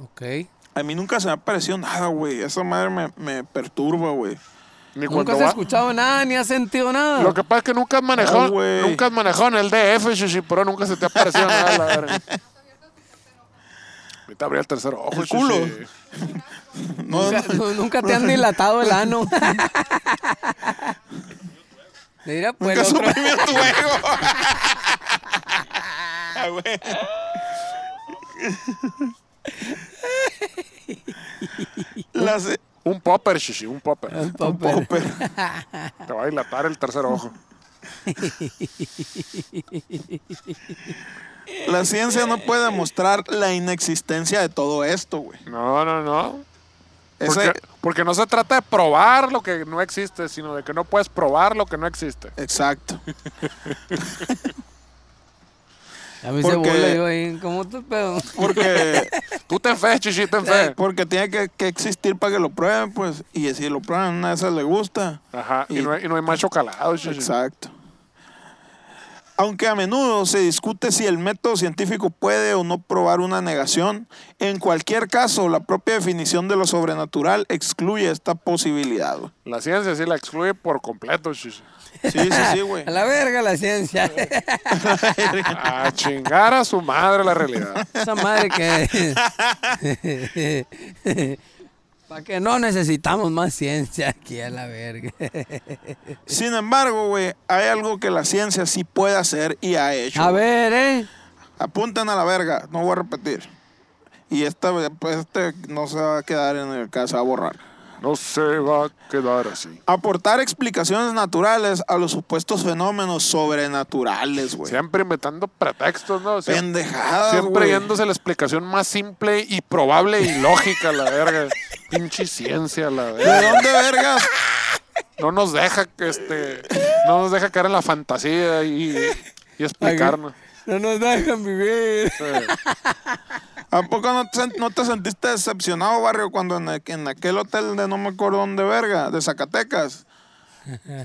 Speaker 3: Ok.
Speaker 2: A mí nunca se me ha parecido nada, güey. Esa madre me, me perturba, güey.
Speaker 1: Ni
Speaker 3: Nunca
Speaker 1: cuando
Speaker 3: has
Speaker 1: va-
Speaker 3: escuchado nada, ni has sentido nada.
Speaker 1: Lo que pasa es que nunca has manejado,
Speaker 2: No, güey.
Speaker 1: nunca has manejado en el DF, Chuchi, pero nunca se te ha parecido nada, la verga. Ahorita abrí el tercer ojo,
Speaker 2: El culo.
Speaker 1: Chuchi.
Speaker 2: No,
Speaker 3: Nunca, nu- nunca te han dilatado el ano. Mira, pues
Speaker 2: nunca
Speaker 3: el otro-
Speaker 2: suprimió tu ego. Ah, güey. Las,
Speaker 1: Un popper, Chuchi, un popper.
Speaker 3: el
Speaker 2: Un
Speaker 3: papel.
Speaker 2: popper.
Speaker 1: Te va a dilatar el tercer ojo.
Speaker 2: La ciencia no puede demostrar la inexistencia de todo esto, güey.
Speaker 1: No, no, no.
Speaker 2: Ese-
Speaker 1: Porque, porque no se trata de probar lo que no existe, sino de que no puedes probar lo que no existe.
Speaker 2: Exacto.
Speaker 3: A mí se
Speaker 2: Porque-
Speaker 3: burla yo ahí. ¿Cómo te pedo?
Speaker 2: Porque,
Speaker 1: Tú ten fe, chichi, ten fe.
Speaker 2: porque tiene que, que existir para que lo prueben, pues. Y si lo prueban, una de esas le gusta.
Speaker 1: Ajá, y,
Speaker 2: Y-
Speaker 1: no, hay, y no hay macho calado, chichi.
Speaker 2: Exacto. Aunque a menudo se discute si el método científico puede o no probar una negación, en cualquier caso, la propia definición de lo sobrenatural excluye esta posibilidad. güey.
Speaker 1: La ciencia sí la excluye por completo, chichi.
Speaker 2: Sí, sí, sí, güey.
Speaker 3: A la verga la ciencia.
Speaker 1: A chingar a su madre la realidad.
Speaker 3: Esa madre que. Para que no necesitamos más ciencia aquí a la verga.
Speaker 2: Sin embargo, güey, hay algo que la ciencia sí puede hacer y ha hecho.
Speaker 3: A ver, ¿eh?
Speaker 2: Apuntan a la verga, no voy a repetir. Y esta, pues, este no se va a quedar en el caso, se va a borrar.
Speaker 1: No se va a quedar así.
Speaker 2: Aportar explicaciones naturales a los supuestos fenómenos sobrenaturales, güey.
Speaker 1: Siempre inventando pretextos, ¿no? Siem-
Speaker 2: Pendejadas,
Speaker 1: Siempre
Speaker 2: güey.
Speaker 1: yéndose la explicación más simple y probable y lógica, la verga. Pinche ciencia, la
Speaker 2: ¿De
Speaker 1: verga.
Speaker 2: dónde vergas?
Speaker 1: No nos deja, este, no nos deja caer en la fantasía y, y explicarnos.
Speaker 3: No nos dejan vivir.
Speaker 2: ¿A poco no te, sen- no te sentiste decepcionado, barrio, cuando en, aqu- en aquel hotel de no me acuerdo dónde verga, de Zacatecas?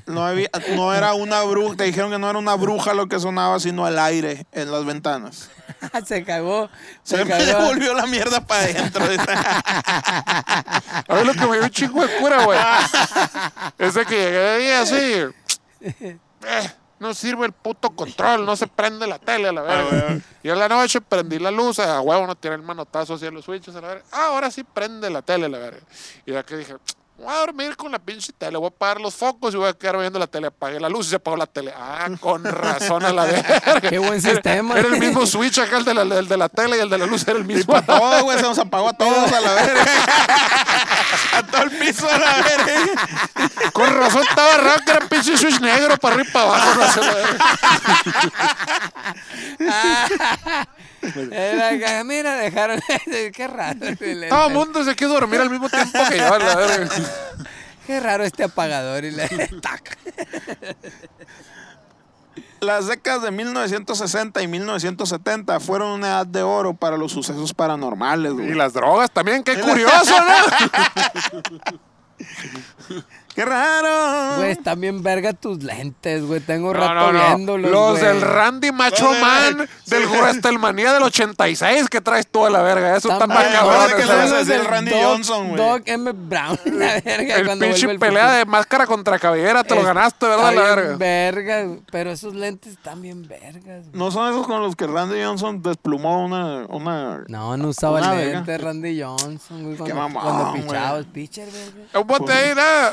Speaker 2: No, había, no era una bruja, te dijeron que no era una bruja lo que sonaba, sino el aire en las ventanas.
Speaker 3: se cagó. Se,
Speaker 2: Se me
Speaker 3: cagó.
Speaker 2: devolvió la mierda para adentro.
Speaker 1: A ver, lo que me dio un chingo de cura, güey. Es de que llegué ahí así. eh, no sirve el puto control, no se prende la tele a la verga. Y en la noche prendí la luz, a huevo no tiene el manotazo hacia los switches a la verga. Ah, ahora sí prende la tele a la verga. Y ya que dije, voy a dormir con la pinche tele, voy a apagar los focos y voy a quedar viendo la tele. Apagué la luz y se apagó la tele. Ah, con razón a la verga.
Speaker 3: Qué buen sistema.
Speaker 1: Era el mismo switch acá, el de la, el de la tele y el de la luz era el mismo.
Speaker 2: Todo, güey, se nos apagó a todos a la verga. A todo el piso a la verga.
Speaker 1: Con razón estaba raro que era pinche switch negro para arriba y para abajo. No sé, la verga.
Speaker 3: Era acá, Mira, dejaron. Qué raro. el-
Speaker 1: Todo el mundo se quiso dormir al mismo tiempo que yo, la verga.
Speaker 3: Qué raro este apagador. Y la... tac.
Speaker 2: Las décadas de 1960 y 1970 fueron una edad de oro para los sucesos paranormales, güey.
Speaker 1: Y las drogas también, qué curioso, ¿no?
Speaker 2: ¡Qué raro!
Speaker 3: Güey, están bien verga tus lentes, güey. Tengo
Speaker 1: No,
Speaker 3: rato
Speaker 1: no, no.
Speaker 3: viéndolos,
Speaker 1: Los
Speaker 3: güey.
Speaker 1: del Randy Macho
Speaker 2: Los del-
Speaker 1: Man, del
Speaker 2: sí.
Speaker 1: Wrestelmanía del 86 que traes tú a la verga. Eso está
Speaker 3: Están
Speaker 1: más
Speaker 3: bien
Speaker 2: cabrón,
Speaker 3: verga,
Speaker 2: que
Speaker 1: cabrón.
Speaker 2: le vas a
Speaker 1: ¿sabes?
Speaker 3: los
Speaker 2: decir
Speaker 3: del
Speaker 2: Randy
Speaker 3: Doc-
Speaker 2: Johnson, güey.
Speaker 3: Doc M. Brown, la verga.
Speaker 1: El
Speaker 3: cuando
Speaker 1: pinche
Speaker 3: vuelve el
Speaker 1: pelea de máscara contra cabellera, te lo ganaste, ¿verdad? La verga.
Speaker 3: Vergas, pero esos lentes están bien vergas. güey.
Speaker 2: ¿No son esos con los que Randy Johnson desplumó una... una...
Speaker 3: No, no usaba
Speaker 2: Una
Speaker 3: el
Speaker 2: verga.
Speaker 3: lente Randy Johnson, güey. Cuando,
Speaker 2: mamón,
Speaker 3: cuando
Speaker 2: güey.
Speaker 3: pichaba el pitcher, verga.
Speaker 1: Un botella.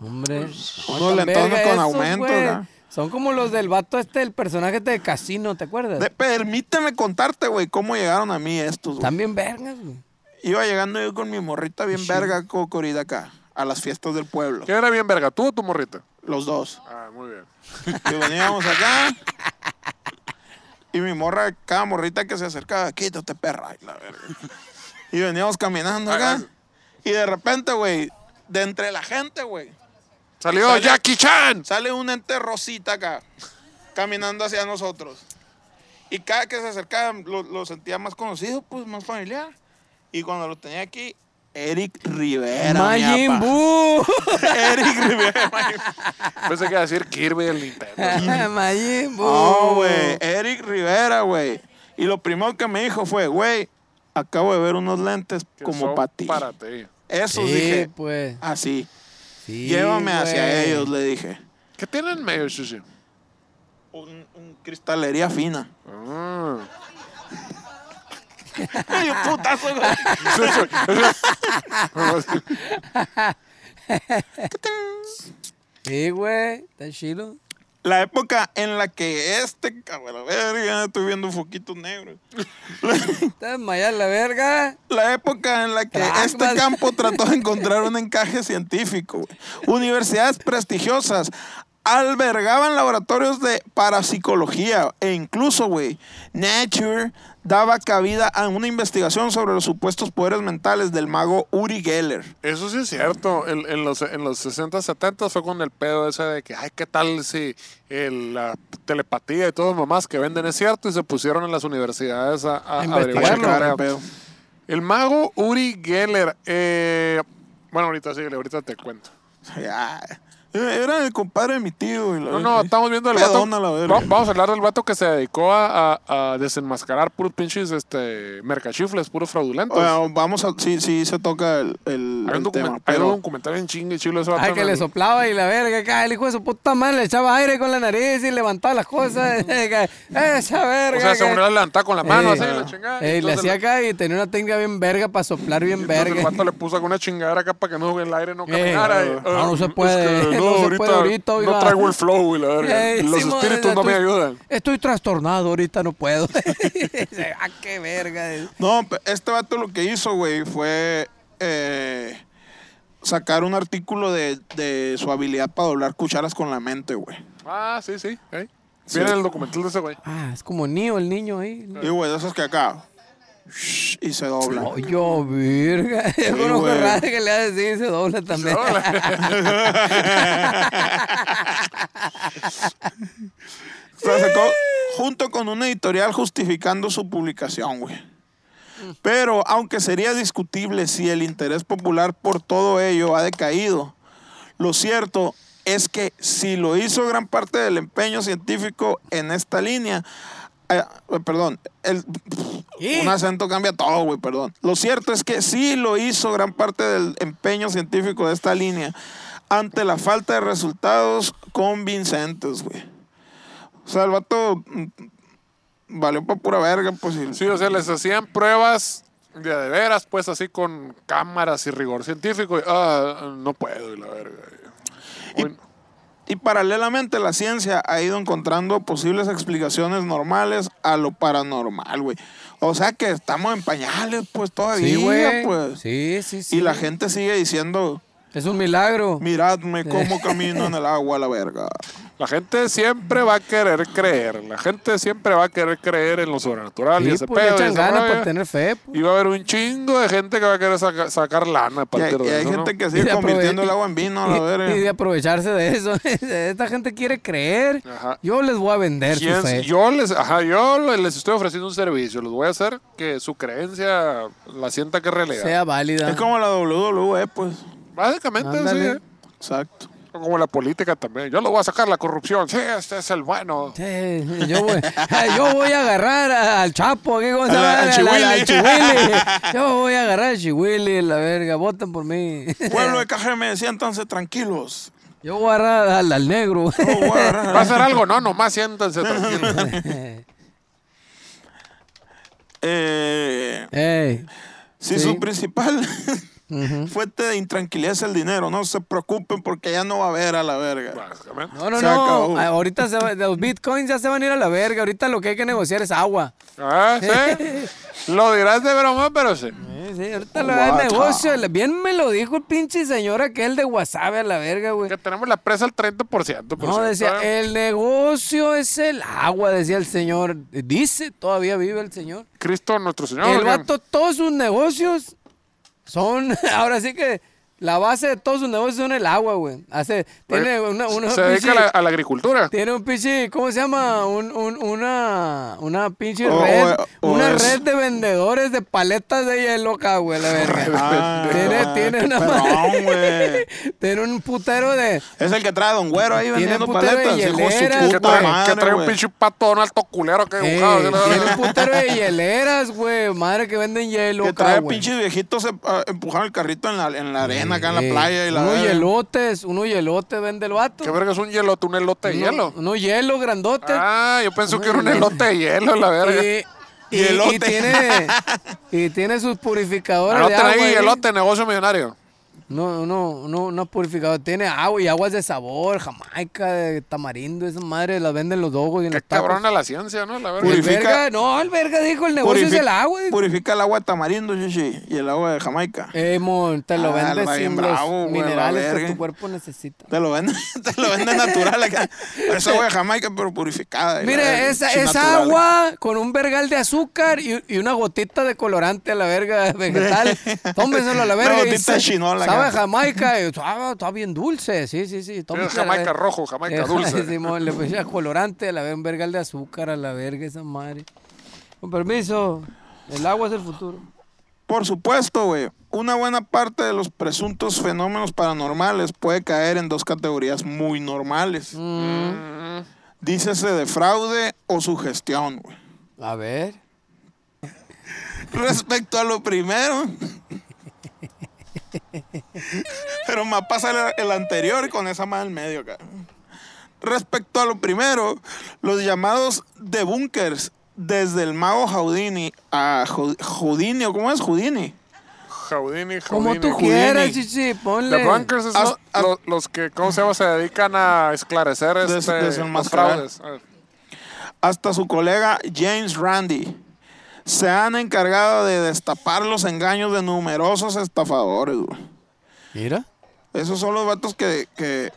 Speaker 3: Hombre.
Speaker 2: unos
Speaker 3: tan
Speaker 2: lentones
Speaker 3: verga
Speaker 2: con
Speaker 3: esos,
Speaker 2: aumento,
Speaker 3: güey.
Speaker 2: ¿verdad?
Speaker 3: Son como los del vato este, el personaje este de casino, ¿te acuerdas?
Speaker 2: De- permíteme contarte, güey, cómo llegaron a mí estos, güey.
Speaker 3: Están bien vergas, güey.
Speaker 2: Iba llegando yo con mi morrita bien verga cocorida acá, a las fiestas del pueblo.
Speaker 1: ¿Quién era bien verga? ¿Tú o tu morrita?
Speaker 2: Los dos.
Speaker 1: Ah, muy bien.
Speaker 2: Que veníamos acá. Y mi morra, cada morrita que se acercaba, quítate perra, y la verga. Y veníamos caminando acá. Y de repente, güey, de entre la gente, güey,
Speaker 1: Salió
Speaker 2: Salió-
Speaker 1: Jackie Chan.
Speaker 2: sale un ente rosita acá, caminando hacia nosotros. Y cada que se acercaba lo, lo sentía más conocido, pues más familiar. Y cuando lo tenía aquí, Eric Rivera. mi
Speaker 3: Majin
Speaker 2: apa.
Speaker 3: Buu.
Speaker 2: Eric Rivera.
Speaker 1: Pensé que iba a decir Kirby del Nintendo.
Speaker 3: Majin Buu.
Speaker 2: No, güey. Eric Rivera, güey. Y lo primero que me dijo fue, güey, acabo de ver unos lentes
Speaker 1: que
Speaker 2: como
Speaker 1: son
Speaker 2: para ti.
Speaker 1: Para ti.
Speaker 2: Eso
Speaker 3: Sí,
Speaker 2: dije.
Speaker 3: pues.
Speaker 2: Así.
Speaker 3: Sí,
Speaker 2: Llévame hacia
Speaker 3: güey.
Speaker 2: ellos, le dije.
Speaker 1: ¿Qué tienen en medio, Sushi?
Speaker 2: Un, un cristalería fina.
Speaker 1: Ah.
Speaker 2: Ay, un putazo, güey.
Speaker 3: Sí, güey. Está chido.
Speaker 2: La época en la que este cabrón, verga, estoy viendo foquitos negros.
Speaker 3: Está desmayada la verga.
Speaker 2: La época en la que
Speaker 3: Tracmas.
Speaker 2: este campo trató de encontrar un encaje científico. güey. Universidades prestigiosas albergaban laboratorios de parapsicología e incluso, güey, Nature daba cabida a una investigación sobre los supuestos poderes mentales del mago Uri Geller.
Speaker 1: Eso sí es cierto. En, en los, en los 60, 70 fue con el pedo ese de que, ay, ¿qué tal si el- la telepatía y todas las mamás que venden es cierto? Y se pusieron en las universidades a, a,
Speaker 3: A
Speaker 1: averiguar
Speaker 3: investigarlo.
Speaker 1: qué era.
Speaker 2: Checar el pedo.
Speaker 1: El mago Uri Geller. eh, bueno, ahorita sí, ahorita te cuento.
Speaker 2: Ya. Eh, Era el compadre de mi tío. güey, la
Speaker 1: No,
Speaker 2: verga.
Speaker 1: no, estamos viendo el vato.
Speaker 2: Pedona, la verga.
Speaker 1: Va- vamos a hablar del vato que se dedicó a, a- a desenmascarar puros pinches este, mercachifles, puros fraudulentos.
Speaker 2: Bueno, vamos a... Sí, sí, se toca el, el-
Speaker 1: Hay un,
Speaker 2: el tema.
Speaker 1: document- hay un
Speaker 2: pero-
Speaker 1: documental en chingue chilo ese vato
Speaker 3: Ay,
Speaker 1: en
Speaker 3: que le
Speaker 1: el-
Speaker 3: soplaba y la verga. acá, El hijo de su puta madre le echaba aire con la nariz y levantaba las cosas. eh, acá, Esa
Speaker 1: Mm.
Speaker 3: verga.
Speaker 1: O sea, se
Speaker 3: acá.
Speaker 1: volvió a levantar con la mano, así,
Speaker 3: Ey,
Speaker 1: la chingada.
Speaker 3: ey, le
Speaker 1: Entonces,
Speaker 3: hacía acá y tenía una técnica bien verga para soplar bien
Speaker 1: entonces
Speaker 3: verga.
Speaker 1: El vato le puso alguna chingadera acá para que no el aire no
Speaker 3: Ey,
Speaker 1: caminara. y,
Speaker 3: no,
Speaker 1: ah,
Speaker 3: no se
Speaker 1: es que
Speaker 3: puede, no se puede ahorita,
Speaker 1: no
Speaker 3: oiga.
Speaker 1: traigo el flow y la verga.
Speaker 3: Ey,
Speaker 1: Los
Speaker 3: Simón,
Speaker 1: espíritus no
Speaker 3: estoy-
Speaker 1: me ayudan.
Speaker 3: Estoy trastornado, ahorita no puedo. Dice, ah, qué verga.
Speaker 2: No, pe- este vato lo que hizo, güey, fue eh, sacar un artículo de, de su habilidad para doblar cucharas con la mente, güey.
Speaker 1: Ah, sí, sí. ¿eh? Viene el documental de ese güey.
Speaker 3: Ah, es como Neo, el niño ahí.
Speaker 2: Y, güey, de esos que acá. shh, Y se dobla.
Speaker 3: Oh, yo, virga. Yo conozco
Speaker 2: güey.
Speaker 3: raza que le hace así y se dobla también.
Speaker 2: Se sacó junto con una editorial justificando su publicación, güey. Pero aunque sería discutible si el interés popular por todo ello ha decaído, lo cierto es que si lo hizo gran parte del empeño científico en esta línea, eh, eh, perdón, el,
Speaker 3: ¿Y?
Speaker 2: un acento cambia todo, güey, perdón. Lo cierto es que sí lo hizo gran parte del empeño científico de esta línea ante la falta de resultados convincentes, güey. O sea, el vato mm, valió para pura verga, pues. y-
Speaker 1: Sí, o sea, les hacían pruebas de a de veras, pues así con cámaras y rigor científico. y, ah, no puedo, y la verga. Bueno,
Speaker 2: Y paralelamente la ciencia ha ido encontrando posibles explicaciones normales a lo paranormal, güey. O sea que estamos en pañales, pues, todavía,
Speaker 3: Sí, güey.
Speaker 2: pues.
Speaker 3: Sí, sí, sí.
Speaker 2: Y la gente sigue diciendo,
Speaker 3: Es un milagro.
Speaker 2: miradme cómo camino en el agua, la verga.
Speaker 1: la gente siempre va a querer creer. La gente siempre va a querer creer en lo sobrenatural y
Speaker 3: Sí,
Speaker 1: ese
Speaker 3: pues, le
Speaker 1: pedo. y
Speaker 3: echan
Speaker 1: esa
Speaker 3: ganas
Speaker 1: rollo.
Speaker 3: para tener fe. pues.
Speaker 1: Y va a haber un chingo de gente que va a querer saca- sacar lana a
Speaker 2: Y hay,
Speaker 1: partir
Speaker 2: y
Speaker 1: de
Speaker 2: hay
Speaker 1: eso, ¿no?
Speaker 2: gente que
Speaker 3: Y
Speaker 2: sigue
Speaker 3: de
Speaker 2: convirtiendo
Speaker 3: aprove-
Speaker 2: el agua en vino, la
Speaker 3: Y, y de
Speaker 2: verga.
Speaker 3: aprovecharse de eso. Esta gente quiere creer.
Speaker 1: Ajá.
Speaker 3: Yo les voy a vender su
Speaker 1: ¿Quién-
Speaker 3: fe.
Speaker 1: yo les, ajá, yo le- les estoy ofreciendo un servicio. Les voy a hacer que su creencia la sienta que es realidad.
Speaker 3: sea válida.
Speaker 2: Es como la WWE, pues.
Speaker 1: Básicamente,
Speaker 3: Ándale.
Speaker 1: sí. ¿eh?
Speaker 2: Exacto.
Speaker 1: O Como la política también. Yo le voy a sacar la corrupción. Sí, este es el bueno.
Speaker 3: Sí, yo, voy, yo voy a agarrar a- al Chapo, ¿qué? ¿cómo se
Speaker 2: Al-
Speaker 3: llama?
Speaker 2: al
Speaker 3: Al- al-
Speaker 2: Chihuili.
Speaker 3: al Chihuili. Yo voy a agarrar al Chihuili, la verga, voten por mí.
Speaker 2: Pueblo de Cajeme, entonces tranquilos.
Speaker 3: Yo voy a agarrar al, al negro.
Speaker 2: No voy a agarrar
Speaker 1: ¿Va a hacer algo? No, nomás siéntense tranquilos.
Speaker 2: Eh,
Speaker 3: Ey,
Speaker 2: si
Speaker 3: Sí.
Speaker 2: su principal fuente de intranquilidad es el dinero, no se preocupen porque ya no va a haber a la verga.
Speaker 1: Básicamente.
Speaker 3: No, no,
Speaker 2: Se
Speaker 3: no.
Speaker 2: acabó.
Speaker 3: a- Ahorita se va- los bitcoins ya se van a ir a la verga. Ahorita lo que hay que negociar es agua.
Speaker 1: Ah, sí. Lo dirás de broma, pero sí.
Speaker 3: Sí, Eh, sí, ahorita lo va a
Speaker 2: Guacha.
Speaker 3: negocio. Le- Bien me lo dijo el pinche señor aquel de Wasabe a la verga, güey.
Speaker 1: Que tenemos la presa al 30%. por
Speaker 3: No,
Speaker 1: cierto,
Speaker 3: decía,
Speaker 1: ¿eh?
Speaker 3: el negocio es el agua, decía el señor. Dice, todavía vive el señor.
Speaker 1: Cristo nuestro Señor.
Speaker 3: El
Speaker 1: ¿qué?
Speaker 3: vato, todos sus negocios son, ahora sí que la base de todos sus negocios son el agua, güey. Hace, tiene una, una
Speaker 1: se dedica a
Speaker 3: pinche-
Speaker 1: la, a la agricultura.
Speaker 3: tiene un pinche, ¿cómo se llama? Un, un- una, una pinche
Speaker 2: O-
Speaker 3: red,
Speaker 2: o- o
Speaker 3: una
Speaker 2: es-
Speaker 3: red de vendedores de paletas de hielo acá, güey, la verga.
Speaker 2: Ah,
Speaker 3: Tiene-
Speaker 2: ah,
Speaker 3: tiene
Speaker 2: qué
Speaker 3: una-
Speaker 2: perrón, güey.
Speaker 3: Tiene un putero de,
Speaker 2: Es el que trae a Don Güero ahí
Speaker 3: Tiene
Speaker 2: vendiendo
Speaker 3: putero de
Speaker 2: paletas. Hijo de
Speaker 3: hieleras,
Speaker 2: su
Speaker 1: Que
Speaker 2: puta
Speaker 1: trae,
Speaker 2: madre,
Speaker 1: que trae un
Speaker 2: güey.
Speaker 1: pinche pato, un alto culero que
Speaker 3: Ey,
Speaker 1: dibujado. ¿sí?
Speaker 3: eh, tiene un putero de hieleras, güey. Madre que venden hielo.
Speaker 2: Que
Speaker 3: acá,
Speaker 2: trae
Speaker 3: güey.
Speaker 2: pinches viejitos eh, ah, empujando el carrito en la, en la arena, acá en
Speaker 3: Ey,
Speaker 2: la playa y la
Speaker 3: Eh, Unos
Speaker 2: verga.
Speaker 3: hielotes, unos hielotes vende el vato.
Speaker 1: ¿Qué verga es un elote? ¿Un elote de
Speaker 3: Uno-
Speaker 1: hielo?
Speaker 3: Unos hielos grandotes.
Speaker 1: Ah, yo pensé que era un elote de hielo, la verga.
Speaker 3: y, y-
Speaker 2: Hielote.
Speaker 3: y tiene, y tiene sus purificadores
Speaker 1: Ah, no
Speaker 3: de agua. ¿eh?
Speaker 1: trae
Speaker 3: ahí.
Speaker 1: elote, negocio millonario.
Speaker 3: No, no, no, no purificador. Tiene agua y aguas de sabor, jamaica, de tamarindo, esa madre las venden los dogos y en
Speaker 1: Qué
Speaker 3: los tacos.
Speaker 1: cabrona la ciencia, ¿no? La
Speaker 3: Y
Speaker 1: verga.
Speaker 3: el
Speaker 2: Purifica-
Speaker 3: verga, no, el verga dijo el negocio
Speaker 2: Purifica-
Speaker 3: es el agua. dijo.
Speaker 2: Purifica el agua de tamarindo, chichi, y el agua de Jamaica.
Speaker 3: Eh, mon, te lo
Speaker 2: Ah,
Speaker 3: vende
Speaker 2: va bien
Speaker 3: sin los
Speaker 2: bravo, güey, la
Speaker 3: minerales que
Speaker 2: verga.
Speaker 3: tu cuerpo necesita.
Speaker 2: Te lo venden, te lo venden natural acá. Es agua de Jamaica, pero purificada. y la verga,
Speaker 3: Mire, esa,
Speaker 2: sin
Speaker 3: es
Speaker 2: natural.
Speaker 3: agua con un vergal de azúcar y, y una gotita de colorante a la verga vegetal. Tómenselo a la verga.
Speaker 2: Una
Speaker 3: y
Speaker 2: gotita
Speaker 3: sa-
Speaker 2: de chinola,
Speaker 3: Sabe a
Speaker 2: cara.
Speaker 3: Jamaica. Y, ah, está bien dulce. Sí, sí, sí. tómensela a la
Speaker 1: Jamaica
Speaker 3: verga.
Speaker 1: rojo, Jamaica
Speaker 3: Eh,
Speaker 1: dulce.
Speaker 3: Simón, le puse colorante a la verga, un vergal de azúcar a la verga, esa madre. Con permiso, el agua es el futuro.
Speaker 2: Por supuesto, güey. Una buena parte de los presuntos fenómenos paranormales puede caer en dos categorías muy normales.
Speaker 3: Mm.
Speaker 2: Dícese de fraude o sugestión, güey.
Speaker 3: A ver.
Speaker 2: Respecto a lo primero. Pero más pasa el, el anterior y con esa más al medio, acá. Respecto a lo primero, los llamados debunkers, desde el mago Houdini a Hou- Houdini, ¿o cómo es Houdini?
Speaker 1: Jaudini, Jaudini.
Speaker 3: Como tú
Speaker 2: Houdini.
Speaker 3: quieras, chichi, ponle.
Speaker 1: The Bunkers es
Speaker 2: Haz-
Speaker 1: lo-
Speaker 2: haz-
Speaker 1: lo- los que, ¿cómo se llama? Se dedican a esclarecer
Speaker 2: Des-
Speaker 1: este, los
Speaker 2: desenmascarar.
Speaker 1: fraudes. Eh,
Speaker 2: hasta su colega James Randi se han encargado de destapar los engaños de numerosos estafadores. güey.
Speaker 3: Mira.
Speaker 2: Esos son los vatos que. que-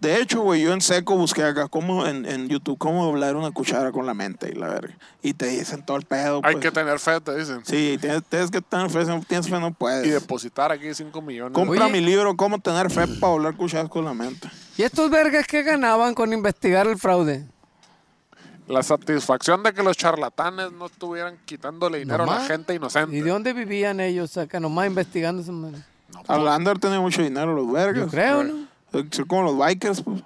Speaker 2: De hecho, güey, yo en seco busqué acá cómo en, en YouTube cómo doblar una cuchara con la mente y la verga. Y te dicen todo el pedo.
Speaker 1: Hay
Speaker 2: pues.
Speaker 1: que tener fe, te dicen.
Speaker 2: Sí, tienes, tienes que tener fe, si no tienes fe, no puedes.
Speaker 1: Y depositar aquí 5 millones.
Speaker 2: Compra
Speaker 3: Oye.
Speaker 2: mi libro, Cómo tener fe para doblar cucharas con la mente.
Speaker 3: ¿Y estos vergas qué ganaban con investigar el fraude?
Speaker 1: La satisfacción de que los charlatanes no estuvieran quitándole dinero a la
Speaker 3: Nomás.
Speaker 1: gente inocente.
Speaker 3: ¿Y de dónde vivían ellos acá? Nomás investigando esa manera.
Speaker 2: Hablando de tener mucho dinero, los vergas.
Speaker 3: Yo creo, ¿no?
Speaker 2: Son como los bikers, pues.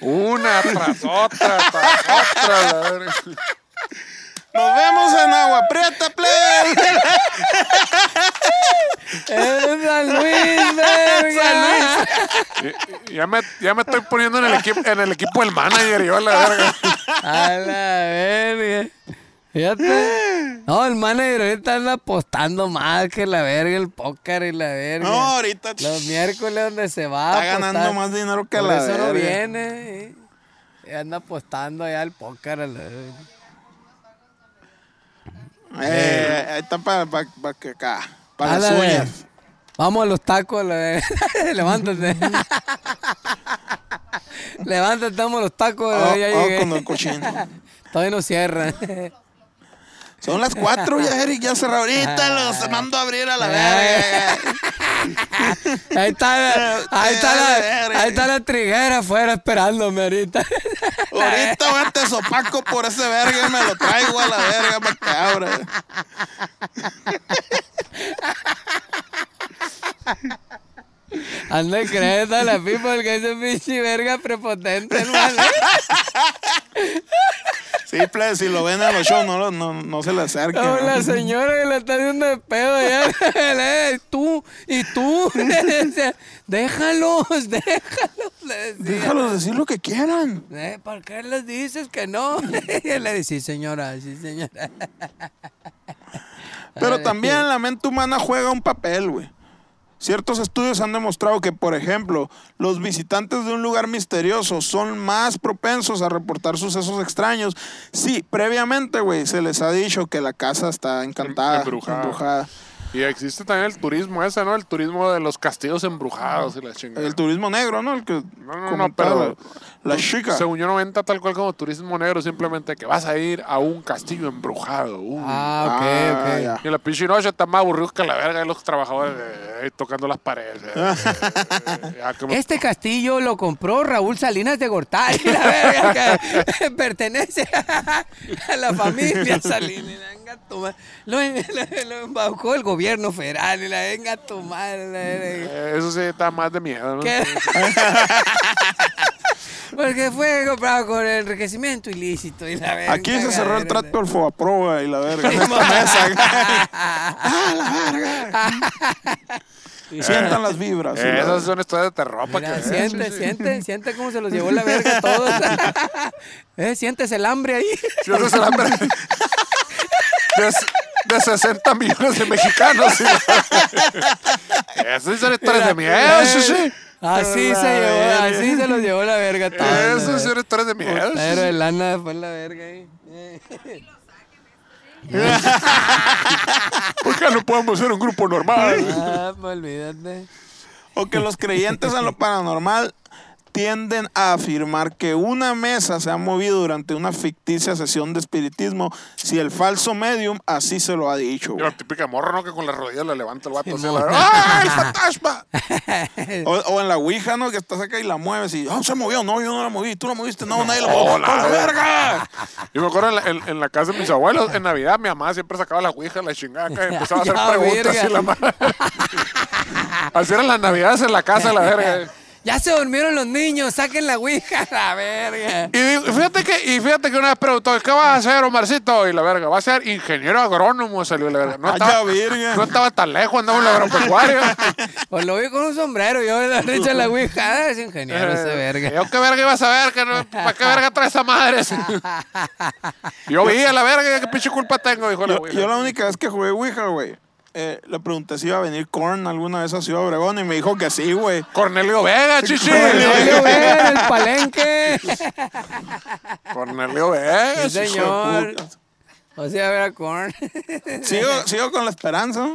Speaker 1: Una tras otra, tras otra. la verga.
Speaker 2: Nos vemos en Agua Prieta, play.
Speaker 3: ¡Es San Luis, verga!
Speaker 1: Y- y- ya, me, ya me estoy poniendo en el, equipo en el equipo del manager. Yo, la verga.
Speaker 3: A la verga. Fíjate. No, el manager ahorita anda apostando más que la verga, el póker y la verga.
Speaker 2: No, ahorita.
Speaker 3: Los miércoles donde se va. a
Speaker 2: Está ganando
Speaker 3: apostar.
Speaker 2: más dinero que
Speaker 3: Por
Speaker 2: la
Speaker 3: eso
Speaker 2: verga.
Speaker 3: no viene. eh. Y anda apostando allá al póker. a la verga.
Speaker 2: Eh, ahí está para que acá. Para las
Speaker 3: Ándale.
Speaker 2: uñas.
Speaker 3: Vamos a los tacos, la verga. Levántate. Levántate, vamos a los tacos.
Speaker 2: Oh,
Speaker 3: Pues, ya
Speaker 2: oh,
Speaker 3: llegué.
Speaker 2: con el cochino.
Speaker 3: Todavía no cierran.
Speaker 2: Son las cuatro ya, Eric. Ya cerró ahorita. Los mando a abrir a la verga.
Speaker 3: Ahí está, la- ahí está, la,
Speaker 2: Eh, verga.
Speaker 3: ahí está la triguera afuera esperándome ahorita.
Speaker 2: Ahorita voy a te sopaco por ese verga. y Me lo traigo a la verga para que abra.
Speaker 3: Anda creyendo a la pipa el que ese pinche verga prepotente, hermano.
Speaker 2: Sí, plebe, si lo ven en los shows, no, lo- no, no se le acerquen.
Speaker 3: Como
Speaker 2: ¿no?
Speaker 3: la señora que le está haciendo de pedo allá. Y tú, y tú. le decía, déjalos, déjalos. Le decía.
Speaker 2: Déjalos decir lo que quieran.
Speaker 3: "Eh, ¿Por qué les dices que no? Y le dice, sí, señora, sí, señora.
Speaker 2: Pero
Speaker 3: Ay,
Speaker 2: también la mente humana juega un papel, güey. Ciertos estudios han demostrado que, por ejemplo, los visitantes de un lugar misterioso son más propensos a reportar sucesos extraños si previamente, güey, se les ha dicho que la casa está encantada,
Speaker 1: embrujada.
Speaker 2: embrujada.
Speaker 1: Y existe también el turismo ese, ¿no? El turismo de los castillos embrujados y la chingada.
Speaker 2: El turismo negro, ¿no? El que
Speaker 1: no, no,
Speaker 2: comentaba
Speaker 1: pero-
Speaker 2: la, la chica.
Speaker 1: Según yo no venta tal cual como turismo negro, simplemente que vas a ir a un castillo embrujado. uh.
Speaker 3: Ah, ok,
Speaker 2: Ah,
Speaker 3: ok.
Speaker 2: ya.
Speaker 1: Y la pinche noche está más aburrido que la verga de los trabajadores eh, eh, tocando las paredes. eh, eh, ya como-
Speaker 3: Este castillo lo compró Raúl Salinas de Gortari. La verga, que pertenece a, a la familia Salinas. la venga tu ma- Lo, en- lo- lo embaucó el gobierno federal. y La venga tu madre. la verga.
Speaker 1: eh, eso sí está más de miedo, ¿no?
Speaker 3: Que- Porque fue comprado con enriquecimiento ilícito. Y la verga,
Speaker 2: Aquí se cerró el
Speaker 3: la-
Speaker 2: trato al Fobaproa y la verga. En
Speaker 3: Sí,
Speaker 2: esta
Speaker 3: mamá. Ah,
Speaker 2: mesa. Sientan las vibras. y la
Speaker 1: Eh, esas
Speaker 2: verga.
Speaker 1: son historias de terror. pa'
Speaker 3: Mira,
Speaker 1: que veas,
Speaker 3: siente,
Speaker 1: sí, sí.
Speaker 3: siente, siente cómo se los llevó la verga a todos. Eh, sientes el hambre ahí.
Speaker 1: Sí, esas son las de, de 60 millones de mexicanos. sí. Esas son historias de
Speaker 3: eh,
Speaker 1: miedo, sí, sí.
Speaker 3: Así
Speaker 2: La
Speaker 3: se llevó,
Speaker 2: verga.
Speaker 3: así se los llevó la verga a todos. la
Speaker 1: Esas
Speaker 3: verga.
Speaker 1: son historias de miedo. sí,
Speaker 3: Pero de lana fue la verga ahí. Eh.
Speaker 1: ¿Por qué no podemos ser un grupo normal?
Speaker 3: Ah, pues olvídate.
Speaker 2: O que los creyentes en lo paranormal tienden a afirmar que una mesa se ha movido durante una ficticia sesión de espiritismo si el falso medium así se lo ha dicho.
Speaker 1: Y la
Speaker 2: güey.
Speaker 1: típica morra, ¿no? Que con las rodillas le levanta el vato. así,
Speaker 3: Simón.
Speaker 1: la- ¡Ah, el fantasma!
Speaker 2: O, o en la Ouija, ¿no? Que estás acá y la mueves y "Ah, se movió, no, yo no la moví, tú la moviste, no, nadie la movió.
Speaker 1: Hola.
Speaker 2: ¡Por la verga!
Speaker 1: Yo me acuerdo en la, en- en la casa de mis abuelos, en Navidad, mi mamá siempre sacaba la ouija, la chingada, acá, y empezaba a
Speaker 3: Ya,
Speaker 1: hacer preguntas
Speaker 3: verga.
Speaker 1: y la madre. Así eran las Navidades en la casa, la verga.
Speaker 3: Ya se durmieron los niños, saquen la ouija, la verga.
Speaker 1: Y digo, fíjate que, y fíjate que una vez preguntó, ¿qué vas a hacer, Omarcito? Y la verga, va a ser ingeniero agrónomo, salió la verga. No
Speaker 2: Ah,
Speaker 1: estaba,
Speaker 2: ya, verga.
Speaker 1: no estaba tan lejos, andaba en la agropecuario.
Speaker 3: Pues lo vi con un sombrero, yo la recha la ouija. Ah, es ingeniero
Speaker 1: Eh,
Speaker 3: ese verga.
Speaker 1: Yo qué verga ibas a ver, que no, ¿para qué verga traes esa madre? yo vi a la verga, ¿qué pinche culpa tengo? Dijo la
Speaker 2: Yo,
Speaker 1: güey.
Speaker 2: yo la única vez que jugué Ouija, güey, eh, le pregunté si iba a venir Korn alguna vez a Ciudad Obregón y me dijo que sí, güey.
Speaker 1: Cornelio Vega, chichi.
Speaker 2: Cornelio
Speaker 3: Ay, lo ven, el palenque.
Speaker 1: Cornelio Vega,
Speaker 3: Sí,
Speaker 1: hijo de
Speaker 3: señor.
Speaker 1: puta.
Speaker 3: O sea, ver a Korn.
Speaker 2: Sigo, sigo con la esperanza.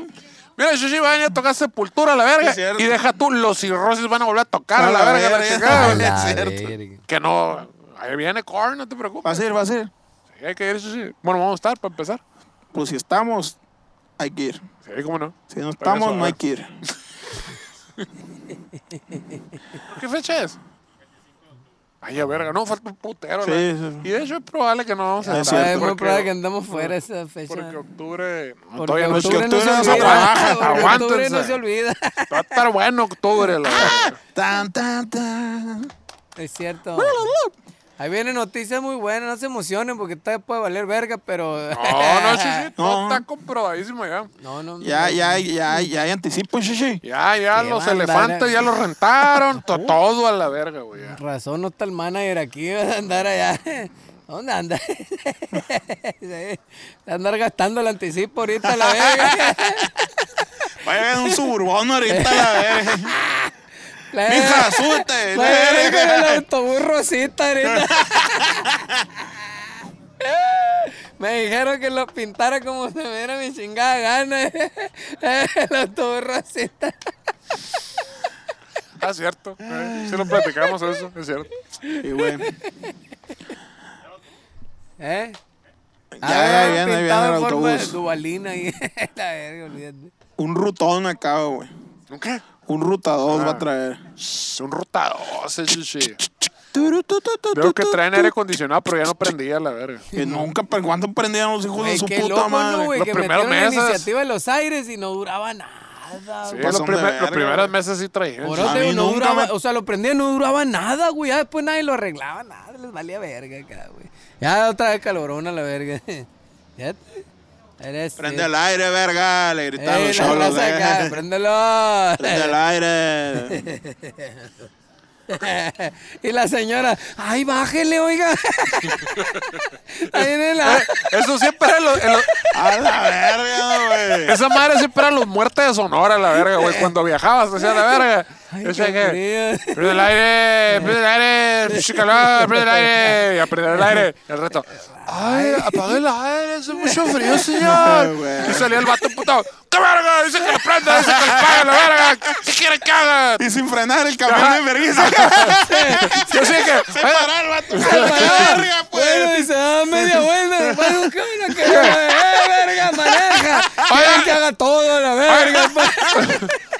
Speaker 1: Mira, Shishi van a ir a tocar Sepultura a la verga.
Speaker 2: Es cierto.
Speaker 1: y deja tú, los cirrosis van a volver a tocar a la, verga. la chingada.
Speaker 3: A la
Speaker 2: es cierto.
Speaker 3: verga.
Speaker 1: Que no. Ahí viene Korn, no te preocupes.
Speaker 2: Vas a ir, vas a ir.
Speaker 1: Sí, hay que ir, Shishi. Bueno, vamos a estar para empezar.
Speaker 2: Pues si estamos, hay que ir.
Speaker 1: Sí, cómo no.
Speaker 2: Si
Speaker 1: Pero
Speaker 2: no estamos,
Speaker 1: eso,
Speaker 2: no hay
Speaker 1: a
Speaker 2: que ir.
Speaker 1: ver, ¿Qué fecha es? Ay, a verga, no, falta un putero.
Speaker 2: Sí,
Speaker 1: la-
Speaker 2: sí.
Speaker 1: Y de hecho es probable que no vamos a
Speaker 2: Ah,
Speaker 1: estar.
Speaker 2: sí,
Speaker 3: Es muy
Speaker 1: porque-
Speaker 3: probable que andamos fuera esa fecha.
Speaker 1: Porque octubre. no,
Speaker 3: Porque
Speaker 1: todavía no
Speaker 2: octubre
Speaker 1: octubre
Speaker 2: no se
Speaker 1: no se
Speaker 2: olvida.
Speaker 1: trabaja.
Speaker 3: porque octubre
Speaker 1: Aguántense.
Speaker 3: no se olvida.
Speaker 1: Va a estar bueno octubre, la verga.
Speaker 2: Tan, tan, tan.
Speaker 3: Es cierto. Ahí vienen noticias muy buenas, no se emocionen porque todavía puede valer verga, pero...
Speaker 1: No, no, sí, sí, todo
Speaker 2: No.
Speaker 1: está comprobadísimo ya.
Speaker 3: No, no.
Speaker 2: Ya,
Speaker 3: no.
Speaker 2: ya, ya, ya hay anticipo, Shishi.
Speaker 1: Ya, ya,
Speaker 3: Qué
Speaker 1: los
Speaker 3: bárbaro.
Speaker 1: elefantes ya los rentaron, to- todo a la verga, güey. ya.
Speaker 3: Razón no está el manager aquí, vas a andar allá. ¿Dónde anda? Sí, Andar gastando el anticipo ahorita la verga.
Speaker 2: Vaya en un suburbón ahorita, la verga.
Speaker 3: La
Speaker 2: Mija, súbete.
Speaker 3: la
Speaker 2: la
Speaker 3: verga
Speaker 2: verga.
Speaker 3: con el autobús rosita ahorita. Me dijeron que lo pintara como se me diera mi chingada gana. El autobús rosita.
Speaker 1: Ah, cierto. eh, Sí lo platicamos eso, es cierto.
Speaker 2: Y bueno,
Speaker 3: ¿Eh?
Speaker 2: ya, ya viene, ahí viene el
Speaker 3: Ah, pintado en forma de
Speaker 2: autobús.
Speaker 3: Dubalina ahí. La verga, olvídate.
Speaker 2: Un rutón acá, güey.
Speaker 1: ¿Nunca?
Speaker 2: Un rutador va a traer.
Speaker 1: Es un rotador, ese chichi. Creo que traen aire acondicionado, pero ya no prendía la verga.
Speaker 2: Que nunca, ¿pero ¿cuánto prendían los hijos de
Speaker 3: Güey,
Speaker 2: su
Speaker 3: Eh, qué
Speaker 2: puta
Speaker 3: loco,
Speaker 2: madre?
Speaker 3: ¿no, güey?
Speaker 1: Los
Speaker 3: Que
Speaker 1: primeros
Speaker 3: metieron la
Speaker 1: meses.
Speaker 3: iniciativa de los aires y no duraba nada,
Speaker 1: Sí,
Speaker 3: güey.
Speaker 1: los,
Speaker 2: Pasón de
Speaker 1: primer-
Speaker 2: verga,
Speaker 1: los primeros
Speaker 2: güey.
Speaker 1: meses sí traían.
Speaker 3: Por
Speaker 1: sí.
Speaker 3: eso
Speaker 2: a
Speaker 3: digo,
Speaker 2: mí
Speaker 3: no
Speaker 2: nunca
Speaker 3: duraba,
Speaker 2: me-
Speaker 3: o sea, lo prendían, no duraba nada, güey. Ya después nadie lo arreglaba, nada, les valía verga acá, güey. Ya otra vez calorona la verga. Ya te- eres.
Speaker 2: Prende el aire, verga. Le gritaron
Speaker 3: Ey,
Speaker 2: los eh.
Speaker 3: la
Speaker 2: cholos.
Speaker 3: raza acá,
Speaker 2: verga. Prende
Speaker 3: préndelo.
Speaker 2: el aire.
Speaker 3: y la señora, ay, bájele, oiga. Ahí viene la.
Speaker 1: Eso siempre era los, en los-
Speaker 2: A la verga, güey.
Speaker 1: esa madre siempre era los muertes de Sonora, la verga, güey. Cuando viajabas, decía la verga.
Speaker 3: Ay,
Speaker 1: Decía
Speaker 3: qué
Speaker 1: que,
Speaker 3: frío.
Speaker 1: prende el aire, prende el aire, pinche calor, prende el aire. Y a prender el aire. Y el reto, ay, apaga el aire, hace mucho frío, señor.
Speaker 2: Ay, güey.
Speaker 1: Y salía el vato puto, ¡qué verga! Dice que lo prenda, dice que lo pague, la verga. Si quiere, que haga.
Speaker 2: Y sin frenar el camión de vergüenza.
Speaker 1: Yo sé que, "Eh,
Speaker 2: Se paró el vato. Se paró la verga, pues.
Speaker 3: Bueno, y se da media vuelta, después de un camino que ¡Eh, verga, maneja! Quieren que haga todo, la verga, pues.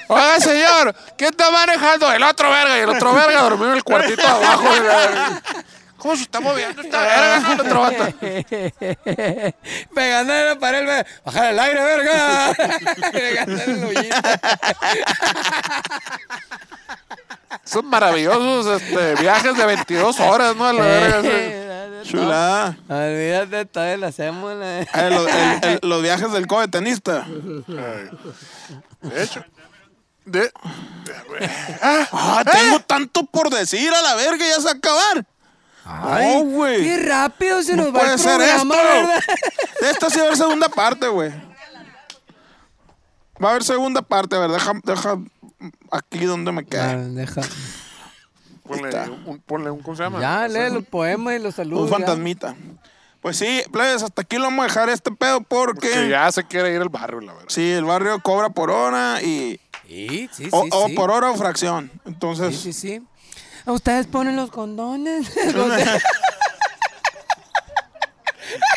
Speaker 1: Oiga, señor, ¿quién está manejando? El otro verga. Y el otro verga dormido en el cuartito de abajo. y la- ¿Cómo se está moviendo esta verga? El otro vato.
Speaker 3: Pegándole a la pared, verga. ¡Bajar el aire, verga! Pegándole el hoyito.
Speaker 1: Son maravillosos este, viajes de 22 horas, ¿no? A La verga. sí.
Speaker 3: Eh.
Speaker 2: Chulada.
Speaker 3: Olvídate, todavía la hacemos, la...
Speaker 2: Eh, los, el- el- los viajes del cobe tenista.
Speaker 1: De hecho. de-
Speaker 2: Ah, tengo tanto por decir a la verga, ya se va a acabar.
Speaker 3: Ay,
Speaker 2: no, güey.
Speaker 3: ¡Qué rápido se nos va
Speaker 2: Puede
Speaker 3: el
Speaker 2: ser esto.
Speaker 3: programa, verdad!
Speaker 2: Esta sí va a haber segunda parte, güey. Va a haber segunda parte, a ver, deja, deja aquí donde me quedé.
Speaker 3: Ah, deja.
Speaker 1: ponle, un, ponle un, ¿cómo se llama?
Speaker 3: Ya, lee los poemas y
Speaker 2: Un
Speaker 3: los saludos. ya.
Speaker 2: fantasmita. Pues sí, plebes, hasta aquí lo vamos a dejar este pedo porque,
Speaker 1: Que ya se quiere ir al barrio, la verga.
Speaker 2: sí, el barrio cobra por hora y
Speaker 3: Sí, sí, sí.
Speaker 2: o, o
Speaker 3: sí.
Speaker 2: Oh, por hora o fracción. Entonces,
Speaker 3: Sí, sí, sí. Ustedes ponen los condones.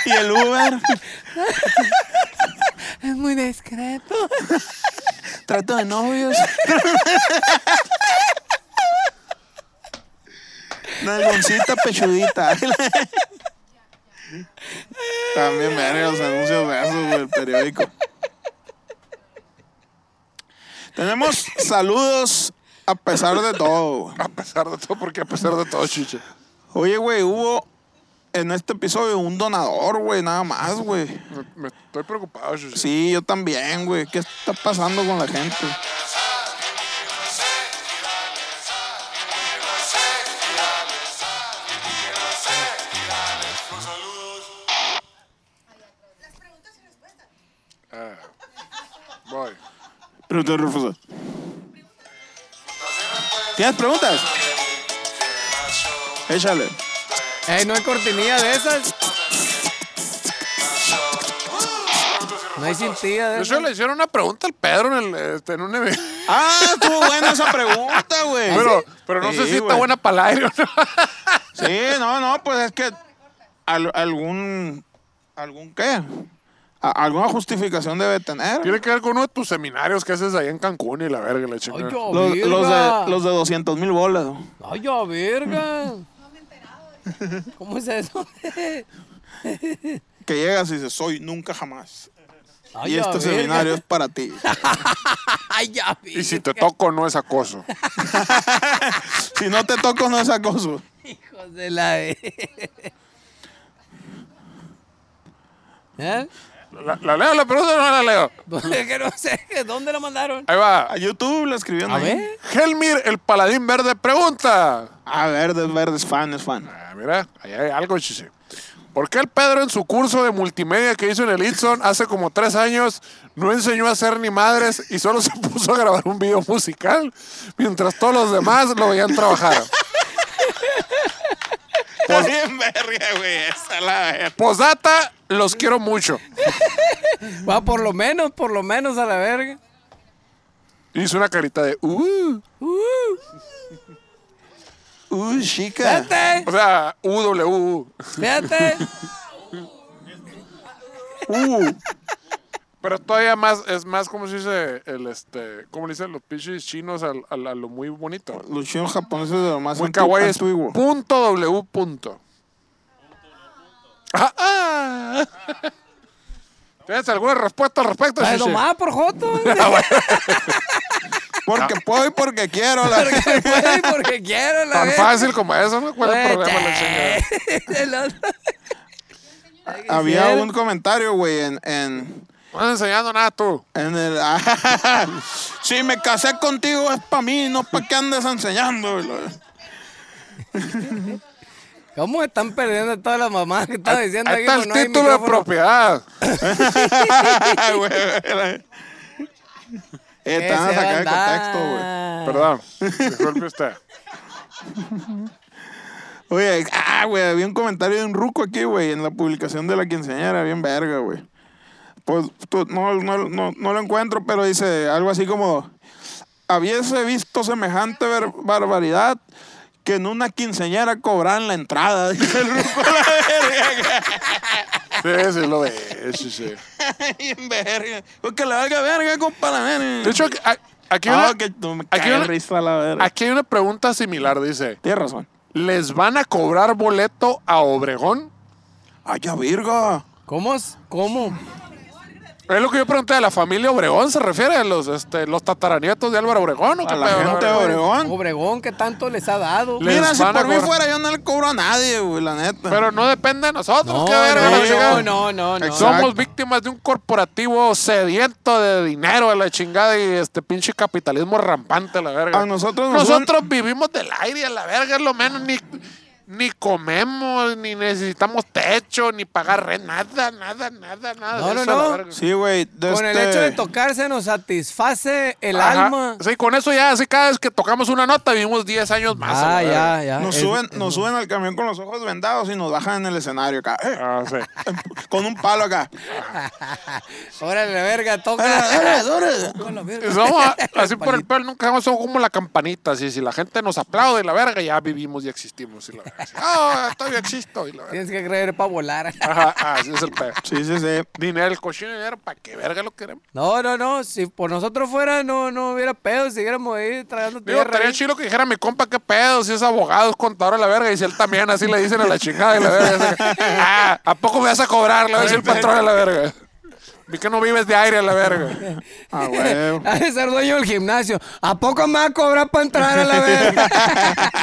Speaker 2: y el Uber
Speaker 3: es muy discreto.
Speaker 2: trata de novios. Nalgoncita pechudita. También verga los anuncios de esos, güey, el periódico. Tenemos saludos a pesar de todo. güey.
Speaker 1: A pesar de todo, porque a pesar de todo, chiche.
Speaker 2: Oye, güey, hubo en este episodio un donador, güey, nada más, güey.
Speaker 1: Me, me estoy preocupado, chiche.
Speaker 2: Sí, yo también, güey. ¿Qué está pasando con la gente?
Speaker 1: Voy.
Speaker 2: Pregunta Rufus. ¿Tienes preguntas? Échale.
Speaker 3: Ey, no hay cortinilla de esas. No hay sentido.
Speaker 1: De hecho, le hicieron una pregunta al Pedro en, el, este, en un evento.
Speaker 2: Ah, estuvo buena esa pregunta, güey.
Speaker 1: Pero, pero no
Speaker 2: Sí,
Speaker 1: sé si está
Speaker 2: güey.
Speaker 1: buena para el aire o no.
Speaker 2: Sí, no, no, pues es que al- algún, algún qué, A- alguna justificación debe tener.
Speaker 1: Tiene que ver con uno de tus seminarios que haces allá en Cancún y la verga, la chingada.
Speaker 3: Ay, yo,
Speaker 2: Los, los
Speaker 3: verga.
Speaker 2: de, los de 200 mil bolas. ¿no?
Speaker 3: Ay, ya, verga. ¿Cómo es eso?
Speaker 2: Que llegas y dices, soy nunca jamás.
Speaker 3: Ay,
Speaker 2: y
Speaker 3: ya,
Speaker 2: este
Speaker 3: verga.
Speaker 2: seminario es para ti.
Speaker 3: Ay, ya, verga.
Speaker 1: Y si te toco, no es acoso.
Speaker 2: si no te toco, no es acoso.
Speaker 3: Hijos de la verga. ¿Eh?
Speaker 1: ¿La, la leo la pregunta o no la leo?
Speaker 3: que no sé, que ¿dónde lo mandaron?
Speaker 1: Ahí va.
Speaker 2: A YouTube la escribieron.
Speaker 3: A
Speaker 2: ahí.
Speaker 3: ver.
Speaker 1: Helmir, el paladín verde, pregunta.
Speaker 2: Ah, verde, es verde, es fan, es fan.
Speaker 1: Ah, mira, ahí hay algo, chise. ¿Por qué el Pedro en su curso de multimedia que hizo en el Itson hace como tres años no enseñó a hacer ni madres y solo se puso a grabar un video musical mientras todos los demás lo veían trabajar? Pues,
Speaker 2: Está bien verga, güey, esa la verga.
Speaker 1: Posdata, los quiero mucho.
Speaker 3: Va por lo menos, por lo menos a la verga.
Speaker 1: Hizo una carita de... Uh.
Speaker 2: Uy, chica.
Speaker 3: Fíjate,
Speaker 1: O sea, UW.
Speaker 3: fíjate.
Speaker 1: Uh. Pero todavía más, es más como se dice el este, ¿cómo le dicen los pinches chinos al, al- a lo muy bonito?
Speaker 2: Los chinos japoneses de lo más
Speaker 1: Muy
Speaker 2: antigu-
Speaker 1: kawaii es
Speaker 2: antiguo.
Speaker 1: punto W punto. Ah, ah. ¿Tienes alguna respuesta al respecto,
Speaker 3: Ay,
Speaker 1: Shishi?
Speaker 3: nomás por Joto.
Speaker 2: Porque puedo y porque quiero. La...
Speaker 3: Porque puedo y porque quiero, la
Speaker 1: Tan
Speaker 3: verga.
Speaker 1: fácil como eso, ¿no? ¿Cuál es el problema? la chingada?
Speaker 3: El otro.
Speaker 2: Había un comentario, güey, en, en,
Speaker 1: No has enseñado nada tú.
Speaker 2: en el... si me casé contigo es para mí, no para que andes enseñando. güey.
Speaker 3: ¿Cómo están perdiendo todas las mamás que estaba diciendo
Speaker 1: Ahí
Speaker 3: aquí?
Speaker 1: está
Speaker 3: pues
Speaker 1: el
Speaker 3: no hay
Speaker 1: título de
Speaker 3: micrófono?
Speaker 1: propiedad.
Speaker 2: Ay, güey, güey. Eh,
Speaker 3: Que se
Speaker 2: Están
Speaker 3: va a
Speaker 2: sacadas de
Speaker 3: andar.
Speaker 2: contexto, güey.
Speaker 1: Perdón, disculpe usted.
Speaker 2: Oye, ah, güey, había un comentario de un ruco aquí, güey, en la publicación de la quinceañera, bien verga, güey. Pues tú- no, no, no, no lo encuentro, pero dice algo así como, habiese visto semejante ver- barbaridad que en una quinceañera cobraran la entrada, dice el ruco.
Speaker 1: Sí, sí, lo ve. Sí, sí.
Speaker 2: bien verga. Pues que le valga verga, compa, la
Speaker 1: De
Speaker 2: verga.
Speaker 1: hecho, a- aquí,
Speaker 2: Ah,
Speaker 1: una-
Speaker 2: que tú me
Speaker 1: aquí
Speaker 2: cae
Speaker 1: una-
Speaker 2: risa la verga.
Speaker 1: aquí hay una pregunta similar, dice.
Speaker 2: Tienes razón.
Speaker 1: ¿Les van a cobrar boleto a Obregón?
Speaker 2: Ay, ya, virgo.
Speaker 3: ¿Cómo? es? ¿Cómo?
Speaker 1: Es lo que yo pregunté, ¿a la familia Obregón se refiere? ¿A los, este, los tataranietos de Álvaro Obregón o qué
Speaker 2: A la
Speaker 1: pedo?
Speaker 2: gente de Obregón.
Speaker 3: Obregón, que tanto les ha dado.
Speaker 1: Le-
Speaker 2: Mira,
Speaker 1: Les
Speaker 2: si
Speaker 1: van a
Speaker 2: por mí
Speaker 1: cobrar.
Speaker 2: fuera, yo no le cobro a nadie, güey, la neta.
Speaker 1: Pero no depende de nosotros,
Speaker 3: No,
Speaker 1: qué verga, la chingada.
Speaker 3: no, no, no, no, no.
Speaker 1: Somos
Speaker 2: Exacto.
Speaker 1: víctimas de un corporativo sediento de dinero a la chingada y este pinche capitalismo rampante a la verga.
Speaker 2: A nosotros nos
Speaker 1: nosotros vivimos del aire a la verga, es lo menos ni, ni comemos, ni necesitamos techo, ni pagar renta, nada, nada, nada, nada.
Speaker 3: No,
Speaker 1: de
Speaker 3: no,
Speaker 1: eso a la
Speaker 3: no.
Speaker 1: verga.
Speaker 2: Sí, güey. de
Speaker 3: Con el
Speaker 2: este-
Speaker 3: hecho de tocarse nos satisface el
Speaker 1: Ajá.
Speaker 3: alma.
Speaker 1: Sí, con eso ya, así cada vez que tocamos una nota vivimos 10 años más. a la
Speaker 3: Ah,
Speaker 1: verga.
Speaker 3: ya, ya.
Speaker 2: Nos
Speaker 3: Es-
Speaker 2: suben,
Speaker 3: es-
Speaker 2: nos suben al camión con los ojos vendados y nos bajan en el escenario acá. Eh,
Speaker 1: Ah, sí.
Speaker 2: Con un palo acá.
Speaker 3: Órale, verga, toca.
Speaker 2: Dale, dale.
Speaker 3: Con la
Speaker 1: Y
Speaker 3: verga.
Speaker 1: somos a- así por el pelo, nunca somos somos como la campanita. Así, si la gente nos aplaude, la verga, ya vivimos y existimos. Y la verga. Así, Ah, todavía existo. Y la verga.
Speaker 3: Tienes que creer para volar.
Speaker 1: Ajá, ah, así es el pedo.
Speaker 2: Sí, sí, sí.
Speaker 1: Dinero, el cochino dinero, ¿para qué verga lo queremos?
Speaker 3: No, no, no. Si por nosotros fuera, no, no hubiera pedo. Siguiéramos ahí tragando
Speaker 1: Digo,
Speaker 3: tierra.
Speaker 1: estaría
Speaker 3: ahí.
Speaker 1: chido que dijera mi compa, qué pedo, si es abogado, es contador a la verga, y si él también, así le dicen a la chingada y la verga. así que, ah, ¿a poco me vas a cobrar? Le va a decir el patrón a la verga. Vi que no vives de aire a la verga.
Speaker 2: Ah, güey.
Speaker 3: Ha de ser dueño del gimnasio. ¿A poco me va a cobrar para entrar a la verga?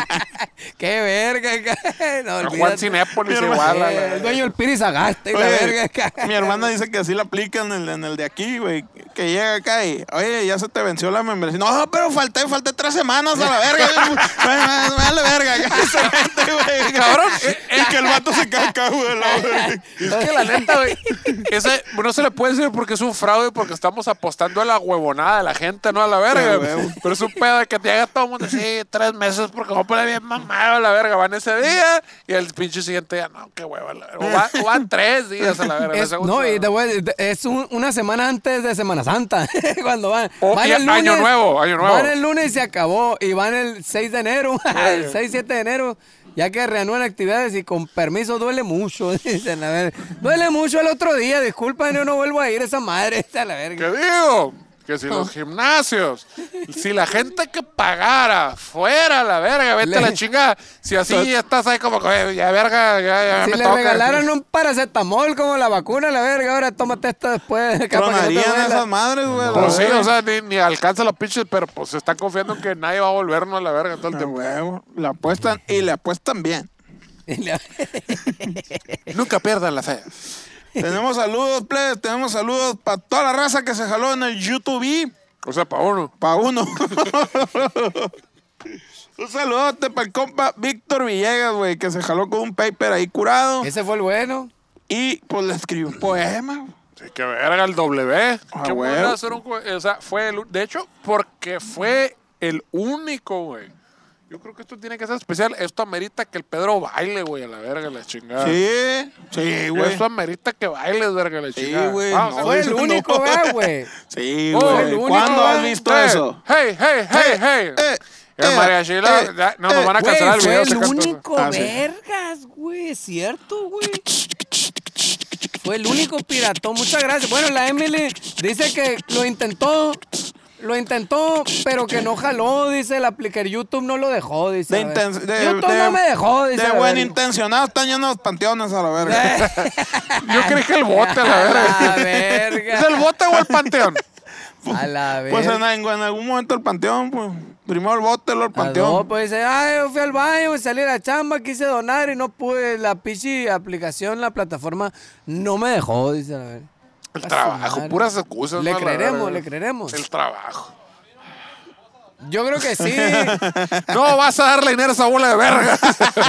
Speaker 3: ¡Qué verga! ca- No,
Speaker 1: A Juan
Speaker 3: olvídate.
Speaker 1: Cinépolis
Speaker 2: Mi
Speaker 1: igual. a la
Speaker 3: Eh, El
Speaker 1: verga.
Speaker 3: dueño del Piri Sagasta y la
Speaker 2: Oye,
Speaker 3: verga. ca-
Speaker 2: mi hermana dice que así la aplican en el, en el de aquí, güey. que llega acá y, oye, ya se te venció la membresía. No, pero falté, falté tres semanas a la verga. Me da la verga. ya se mete, güey, Cabrón. Y que el vato se cae acá, güey. la verga.
Speaker 1: Es que la neta, güey. ese no se le puede decir porque es un fraude, porque estamos apostando a la huevonada de la gente, no a la verga.
Speaker 2: Ya, huevo.
Speaker 1: Pero es un pedo de que te haga todo el mundo así, tres meses, porque no pone bien mamado a la verga. Van ese día y el pinche siguiente día, no, qué hueva, la verga. O, va- o van tres días a la verga.
Speaker 3: Es-
Speaker 1: ese
Speaker 3: no,
Speaker 1: gusto,
Speaker 3: y te voy a decir, te- es un- una semana antes de Semana Santa, cuando van.
Speaker 1: O-
Speaker 3: van
Speaker 1: Oh, y año nuevo, año nuevo.
Speaker 3: Van el lunes y se acabó, y van el 6 de enero, el 6, 7 de enero, ya que reanúan actividades y con permiso duele mucho, dicen, la verga. Duele mucho el otro día, disculpen, yo no vuelvo a ir esa madre, está la
Speaker 1: ¿Qué
Speaker 3: verga.
Speaker 1: digo? Que si
Speaker 3: Ah.
Speaker 1: los gimnasios, si la gente que pagara fuera a la verga, vete a la
Speaker 3: Le-
Speaker 1: chingada. Si así estás ahí como que, "Oye, ya verga, ya, ya
Speaker 3: Si
Speaker 1: me
Speaker 3: le
Speaker 1: toca".
Speaker 3: regalaron un paracetamol como la vacuna, la verga, ahora tómate esta después. capaz que no te
Speaker 2: Tronarían
Speaker 3: duela.
Speaker 2: esas madres, güey. la
Speaker 1: Pues sí,
Speaker 2: verga.
Speaker 1: o sea, ni, ni alcanza los pinches, pero pues se está confiando en que nadie va a volvernos a la verga todo el
Speaker 2: Ah,
Speaker 1: tiempo.
Speaker 2: huevo. La apuestan y le apuestan bien.
Speaker 3: Y le-
Speaker 1: Nunca pierdan la fe.
Speaker 2: Tenemos saludos, plebes. Tenemos saludos para toda la raza que se jaló en el YouTube.
Speaker 1: O sea, pa' uno.
Speaker 2: Para uno. un saludote para el compa Víctor Villegas, güey, que se jaló con un paper ahí curado.
Speaker 3: Ese fue el bueno.
Speaker 2: Y pues le escribió un poema. güey.
Speaker 1: Sí, que verga el W.
Speaker 2: Ah,
Speaker 1: Qué
Speaker 2: güey.
Speaker 1: bueno hacer un cu- O sea, fue el. u- De hecho, porque fue el único, güey. Yo creo que esto tiene que ser especial. Esto amerita que el Pedro baile, güey, a la verga, la
Speaker 3: Ah.
Speaker 1: chingada.
Speaker 2: Sí, sí, güey.
Speaker 1: Eso amerita que bailes, verga, la
Speaker 2: Sí,
Speaker 1: chingada.
Speaker 2: güey.
Speaker 1: Vamos,
Speaker 2: no,
Speaker 3: Fue el
Speaker 2: eso no.
Speaker 3: único, ¿verdad, güey.
Speaker 2: Sí,
Speaker 1: Oh,
Speaker 3: el
Speaker 2: güey.
Speaker 3: único,
Speaker 2: ¿Cuándo has
Speaker 3: güey.
Speaker 2: visto
Speaker 1: Hey,
Speaker 2: eso?
Speaker 1: Hey, hey, hey, hey.
Speaker 2: eh,
Speaker 1: El
Speaker 2: eh,
Speaker 1: mariachi, la-
Speaker 2: eh,
Speaker 1: la- no, nos
Speaker 2: eh,
Speaker 1: van a
Speaker 3: Güey,
Speaker 1: cancelar el
Speaker 3: fue
Speaker 1: video.
Speaker 3: el
Speaker 1: sacando-
Speaker 3: único
Speaker 2: Ah, sí.
Speaker 3: vergas, güey, ¿cierto, güey? Fue el único piratón, muchas gracias. Bueno, la Emily dice que lo intentó, lo intentó, pero que no jaló, dice la aplicación YouTube no lo dejó, dice.
Speaker 2: De
Speaker 3: la verga.
Speaker 2: inten- de-
Speaker 3: YouTube
Speaker 2: de-
Speaker 3: no me dejó, dice.
Speaker 2: De
Speaker 3: la
Speaker 2: buen
Speaker 3: verga. Eh.
Speaker 2: intencionado están llenos los panteones a la verga.
Speaker 3: Ah,
Speaker 1: Yo creí que el bote, la verga.
Speaker 3: A la
Speaker 1: ¿Es el
Speaker 3: verga.
Speaker 1: bote o el panteón?
Speaker 3: A la verga.
Speaker 2: Pues en, en algún momento el panteón, pues. Primero el bote, luego el
Speaker 3: A dos,
Speaker 2: panteón.
Speaker 3: pues dice, ay, yo fui al baño, salí de la chamba, quise donar y no pude. La pichi aplicación, la plataforma no me dejó, dice la verga.
Speaker 1: El
Speaker 3: A su
Speaker 1: trabajo,
Speaker 3: madre.
Speaker 1: puras excusas.
Speaker 3: Le
Speaker 1: ¿no? La
Speaker 3: creeremos,
Speaker 1: verga.
Speaker 3: le creeremos.
Speaker 1: El trabajo.
Speaker 3: Yo creo que sí.
Speaker 1: No vas a darle dinero a esa bola de verga.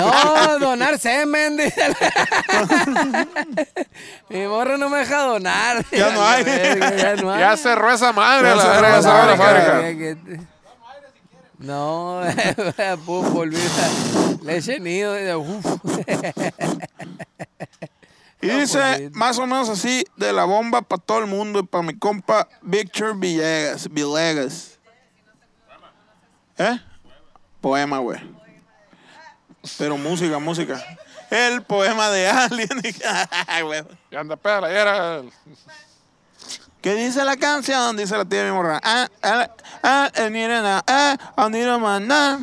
Speaker 3: No, donar semen, dice la- Mi morro no me deja donar.
Speaker 2: Ya no hay.
Speaker 3: Verga, Ya no hay.
Speaker 1: ya cerró esa madre,
Speaker 2: Ya
Speaker 1: la
Speaker 2: cerró
Speaker 1: verga,
Speaker 2: la
Speaker 1: esa la
Speaker 2: fábrica.
Speaker 1: fábrica.
Speaker 3: No, puedo volver. Le he chenido. dice, uf.
Speaker 2: Y dice más o menos así de la bomba para todo el mundo y para mi compa Victor Villegas. Villegas. ¿Eh? Poema, güey. Pero música, música. El poema de Alien. Ay, güey.
Speaker 1: Ya anda peda la hiera.
Speaker 2: ¿Qué dice la canción? Dice la tía de mi morra. Ah, ah, ah, eh, miren, ah, ah, ah, miren, man, ah.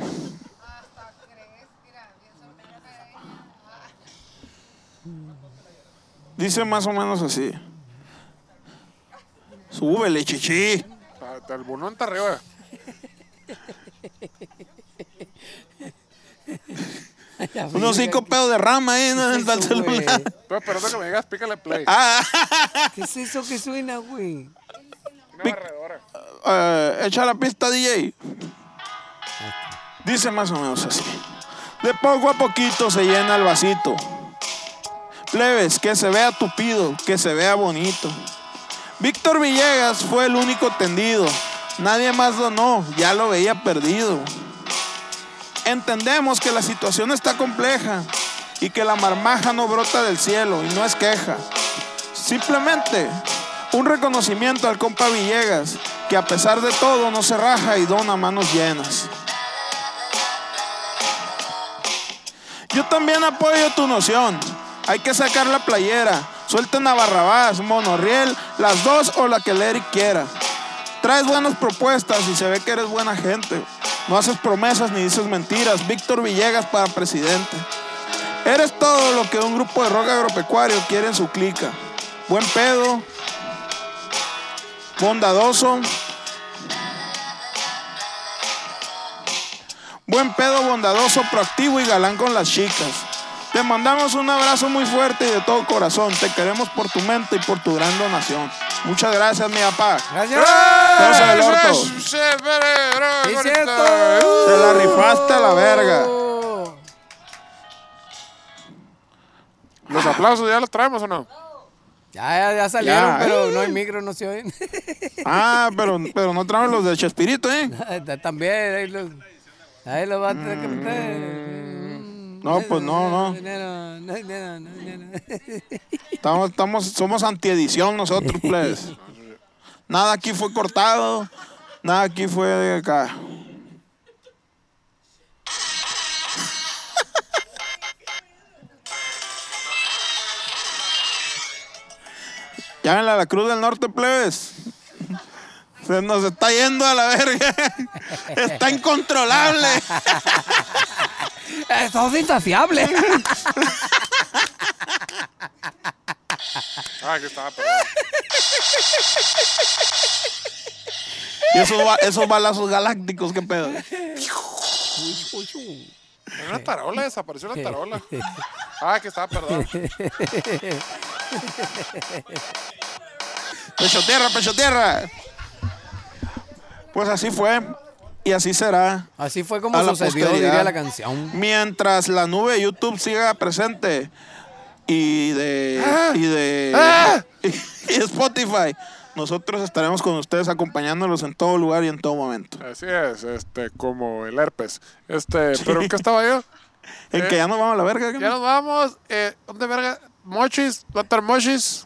Speaker 2: Dice más o menos así. Súbele, chichi.
Speaker 1: Ta- ta- El bonón está arriba.
Speaker 2: Unos cinco pedos de rama ahí ¿no? en el
Speaker 3: eso,
Speaker 2: celular.
Speaker 3: güey?
Speaker 1: Estoy esperando que me digas, pícale play.
Speaker 2: Ah,
Speaker 3: ¿Qué es eso que suena, güey?
Speaker 1: Una barredora.
Speaker 2: eh, echa la pista, DJ. Dice más o menos así. De poco a poquito se llena el vasito. Plebes, que se vea tupido, que se vea bonito. Víctor Villegas fue el único tendido. Nadie más donó, ya lo veía perdido. Entendemos que la situación está compleja y que la marmaja no brota del cielo y no es queja. Simplemente un reconocimiento al compa Villegas, que a pesar de todo no se raja y dona manos llenas. Yo también apoyo tu noción. Hay que sacar la playera. Suelten a Barrabás, Monorriel, las dos o la que el Eric quiera. Traes buenas propuestas y se ve que eres buena gente. No haces promesas ni dices mentiras. Víctor Villegas para presidente. Eres todo lo que un grupo de rock agropecuario quiere en su clica. Buen pedo, bondadoso. Buen pedo, bondadoso, proactivo y galán con las chicas. Te mandamos un abrazo muy fuerte y de todo corazón. Te queremos por tu mente y por tu gran donación. Muchas gracias, mi papá.
Speaker 1: ¡Eh!
Speaker 3: Gracias.
Speaker 2: Cosa del orto.
Speaker 3: Sí,
Speaker 1: Uh.
Speaker 3: cierto.
Speaker 2: Te la rifaste a la verga.
Speaker 3: Oh.
Speaker 1: ¿Los aplausos ya los traemos o no?
Speaker 3: Ya, ya, ya salieron,
Speaker 2: Ya.
Speaker 3: pero no hay micro, no se oyen.
Speaker 2: Ah, pero, pero no traen los de Chespirito, ¿eh?
Speaker 3: También, ahí los, ahí los va a tener que meter. Mm.
Speaker 2: No, pues no, no.
Speaker 3: No, no, no, no, no, no.
Speaker 2: Estamos, estamos, somos antiedición nosotros, plebes. Nada aquí fue cortado, nada aquí fue de acá. Llámenle a la Cruz del Norte, plebes. Se nos está yendo a la verga. Está incontrolable.
Speaker 3: Eh, Sos insaciable.
Speaker 1: Ah, que estaba,
Speaker 2: Y esos, ba- esos balazos galácticos, qué pedo.
Speaker 1: Era una tarola, desapareció la tarola. Ah, que estaba, perdón.
Speaker 2: Pecho tierra, pecho tierra. Pues así fue y así será.
Speaker 3: Así fue como
Speaker 2: A la
Speaker 3: sucedió,
Speaker 2: posteridad.
Speaker 3: diría la canción.
Speaker 2: Mientras la nube de YouTube siga presente y de y de
Speaker 1: Ah.
Speaker 2: y Spotify, nosotros estaremos con ustedes acompañándolos en todo lugar y en todo momento.
Speaker 1: Así es, este, como el herpes. Este, ¿pero en qué estaba yo?
Speaker 2: En que ya nos vamos a la verga. ¿qué?
Speaker 1: Ya nos vamos. Eh, ¿Dónde verga? Mochis, ¿va a estar Mochis?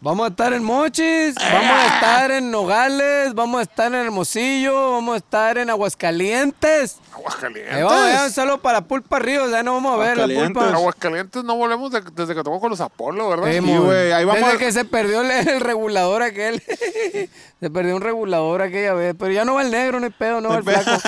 Speaker 3: Vamos a estar en Mochis, vamos a estar en Nogales, vamos a estar en Hermosillo, vamos a estar en Aguascalientes. Ahí vamos, ya, un
Speaker 1: Aguascalientes.
Speaker 3: saludo para Pulpa Ríos, ya no vamos a ver la
Speaker 2: Aguascalientes.
Speaker 3: Pulpa.
Speaker 1: Aguascalientes no volvemos de- desde que tocó con los Apolo, ¿verdad?
Speaker 3: Sí,
Speaker 2: Sí,
Speaker 3: mon.
Speaker 2: güey, ahí vamos
Speaker 3: Desde
Speaker 2: a-
Speaker 3: que se perdió el, el regulador aquel. se perdió un regulador aquella vez, pero ya no va el negro, no hay pedo, no va el flaco.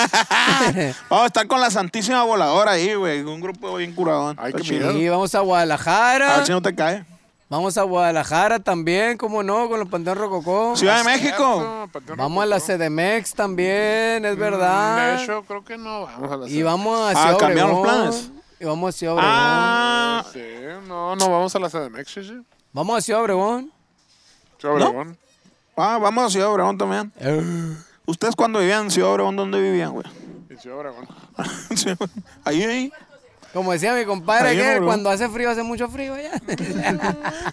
Speaker 2: Vamos a estar con la Santísima Voladora ahí, güey. Un grupo bien curadón.
Speaker 1: Ay,
Speaker 2: Está
Speaker 1: qué
Speaker 2: chido.
Speaker 1: miedo.
Speaker 3: Y vamos a
Speaker 2: A
Speaker 3: Guadalajara,
Speaker 2: ver si Ah, no te cae.
Speaker 3: vamos a Guadalajara también, como no, con los Panteón Rococó.
Speaker 2: Ciudad de México.
Speaker 1: Cierto, Panteón
Speaker 3: Vamos a la CDMX también, es verdad.
Speaker 1: Mm, De hecho, creo que no vamos a la
Speaker 3: Y vamos hacia
Speaker 2: Ah, cambiaron los
Speaker 3: Obregón.
Speaker 2: planes.
Speaker 3: Y vamos hacia Obregón.
Speaker 2: Ah,
Speaker 1: Sí, no, no vamos a la CDMX, sí, sí.
Speaker 3: Vamos hacia Obregón.
Speaker 1: Sí, Obregón.
Speaker 2: Ah, vamos a Ciudad Obregón también. Eh. ¿Ustedes cuando vivían en Ciudad Obregón, dónde vivían, güey?
Speaker 1: Y sí, Obregón.
Speaker 2: Sí, güey. ahí, ahí.
Speaker 3: Como decía mi compadre,
Speaker 2: Ahí en
Speaker 3: que
Speaker 2: Obregón.
Speaker 3: cuando hace frío hace mucho frío allá.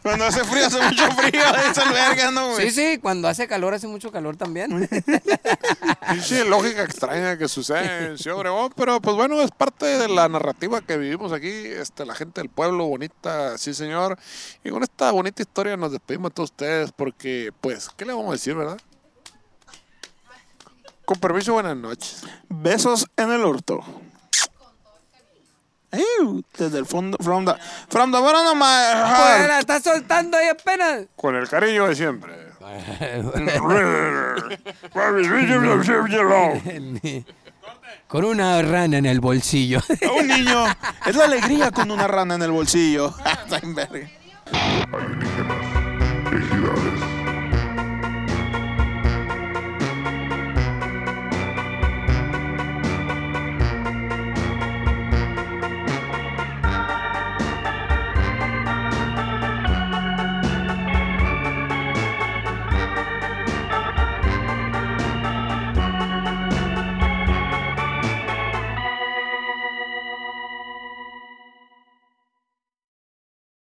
Speaker 2: Cuando hace frío, hace mucho frío. Esa es verga, ¿no, güey?
Speaker 3: sí, sí, cuando hace calor hace mucho calor también.
Speaker 1: Pinche lógica extraña que sucede en Ciudad Obregón, pero pues bueno, es parte de la narrativa que vivimos aquí, este, la gente del pueblo bonita, sí señor. Y con esta bonita historia nos despedimos a todos ustedes porque, pues, ¿qué le vamos a decir, verdad? Con permiso, buenas noches.
Speaker 2: Besos en el orto. Ew, desde el fondo. From the, from the bottom of my
Speaker 3: Pues,
Speaker 2: heart.
Speaker 3: la está soltando ahí apenas.
Speaker 1: Con el cariño de siempre.
Speaker 3: Con una rana en el bolsillo.
Speaker 2: A un niño. Es la alegría con una rana en el bolsillo. Está en verga.
Speaker 4: Alienígenas.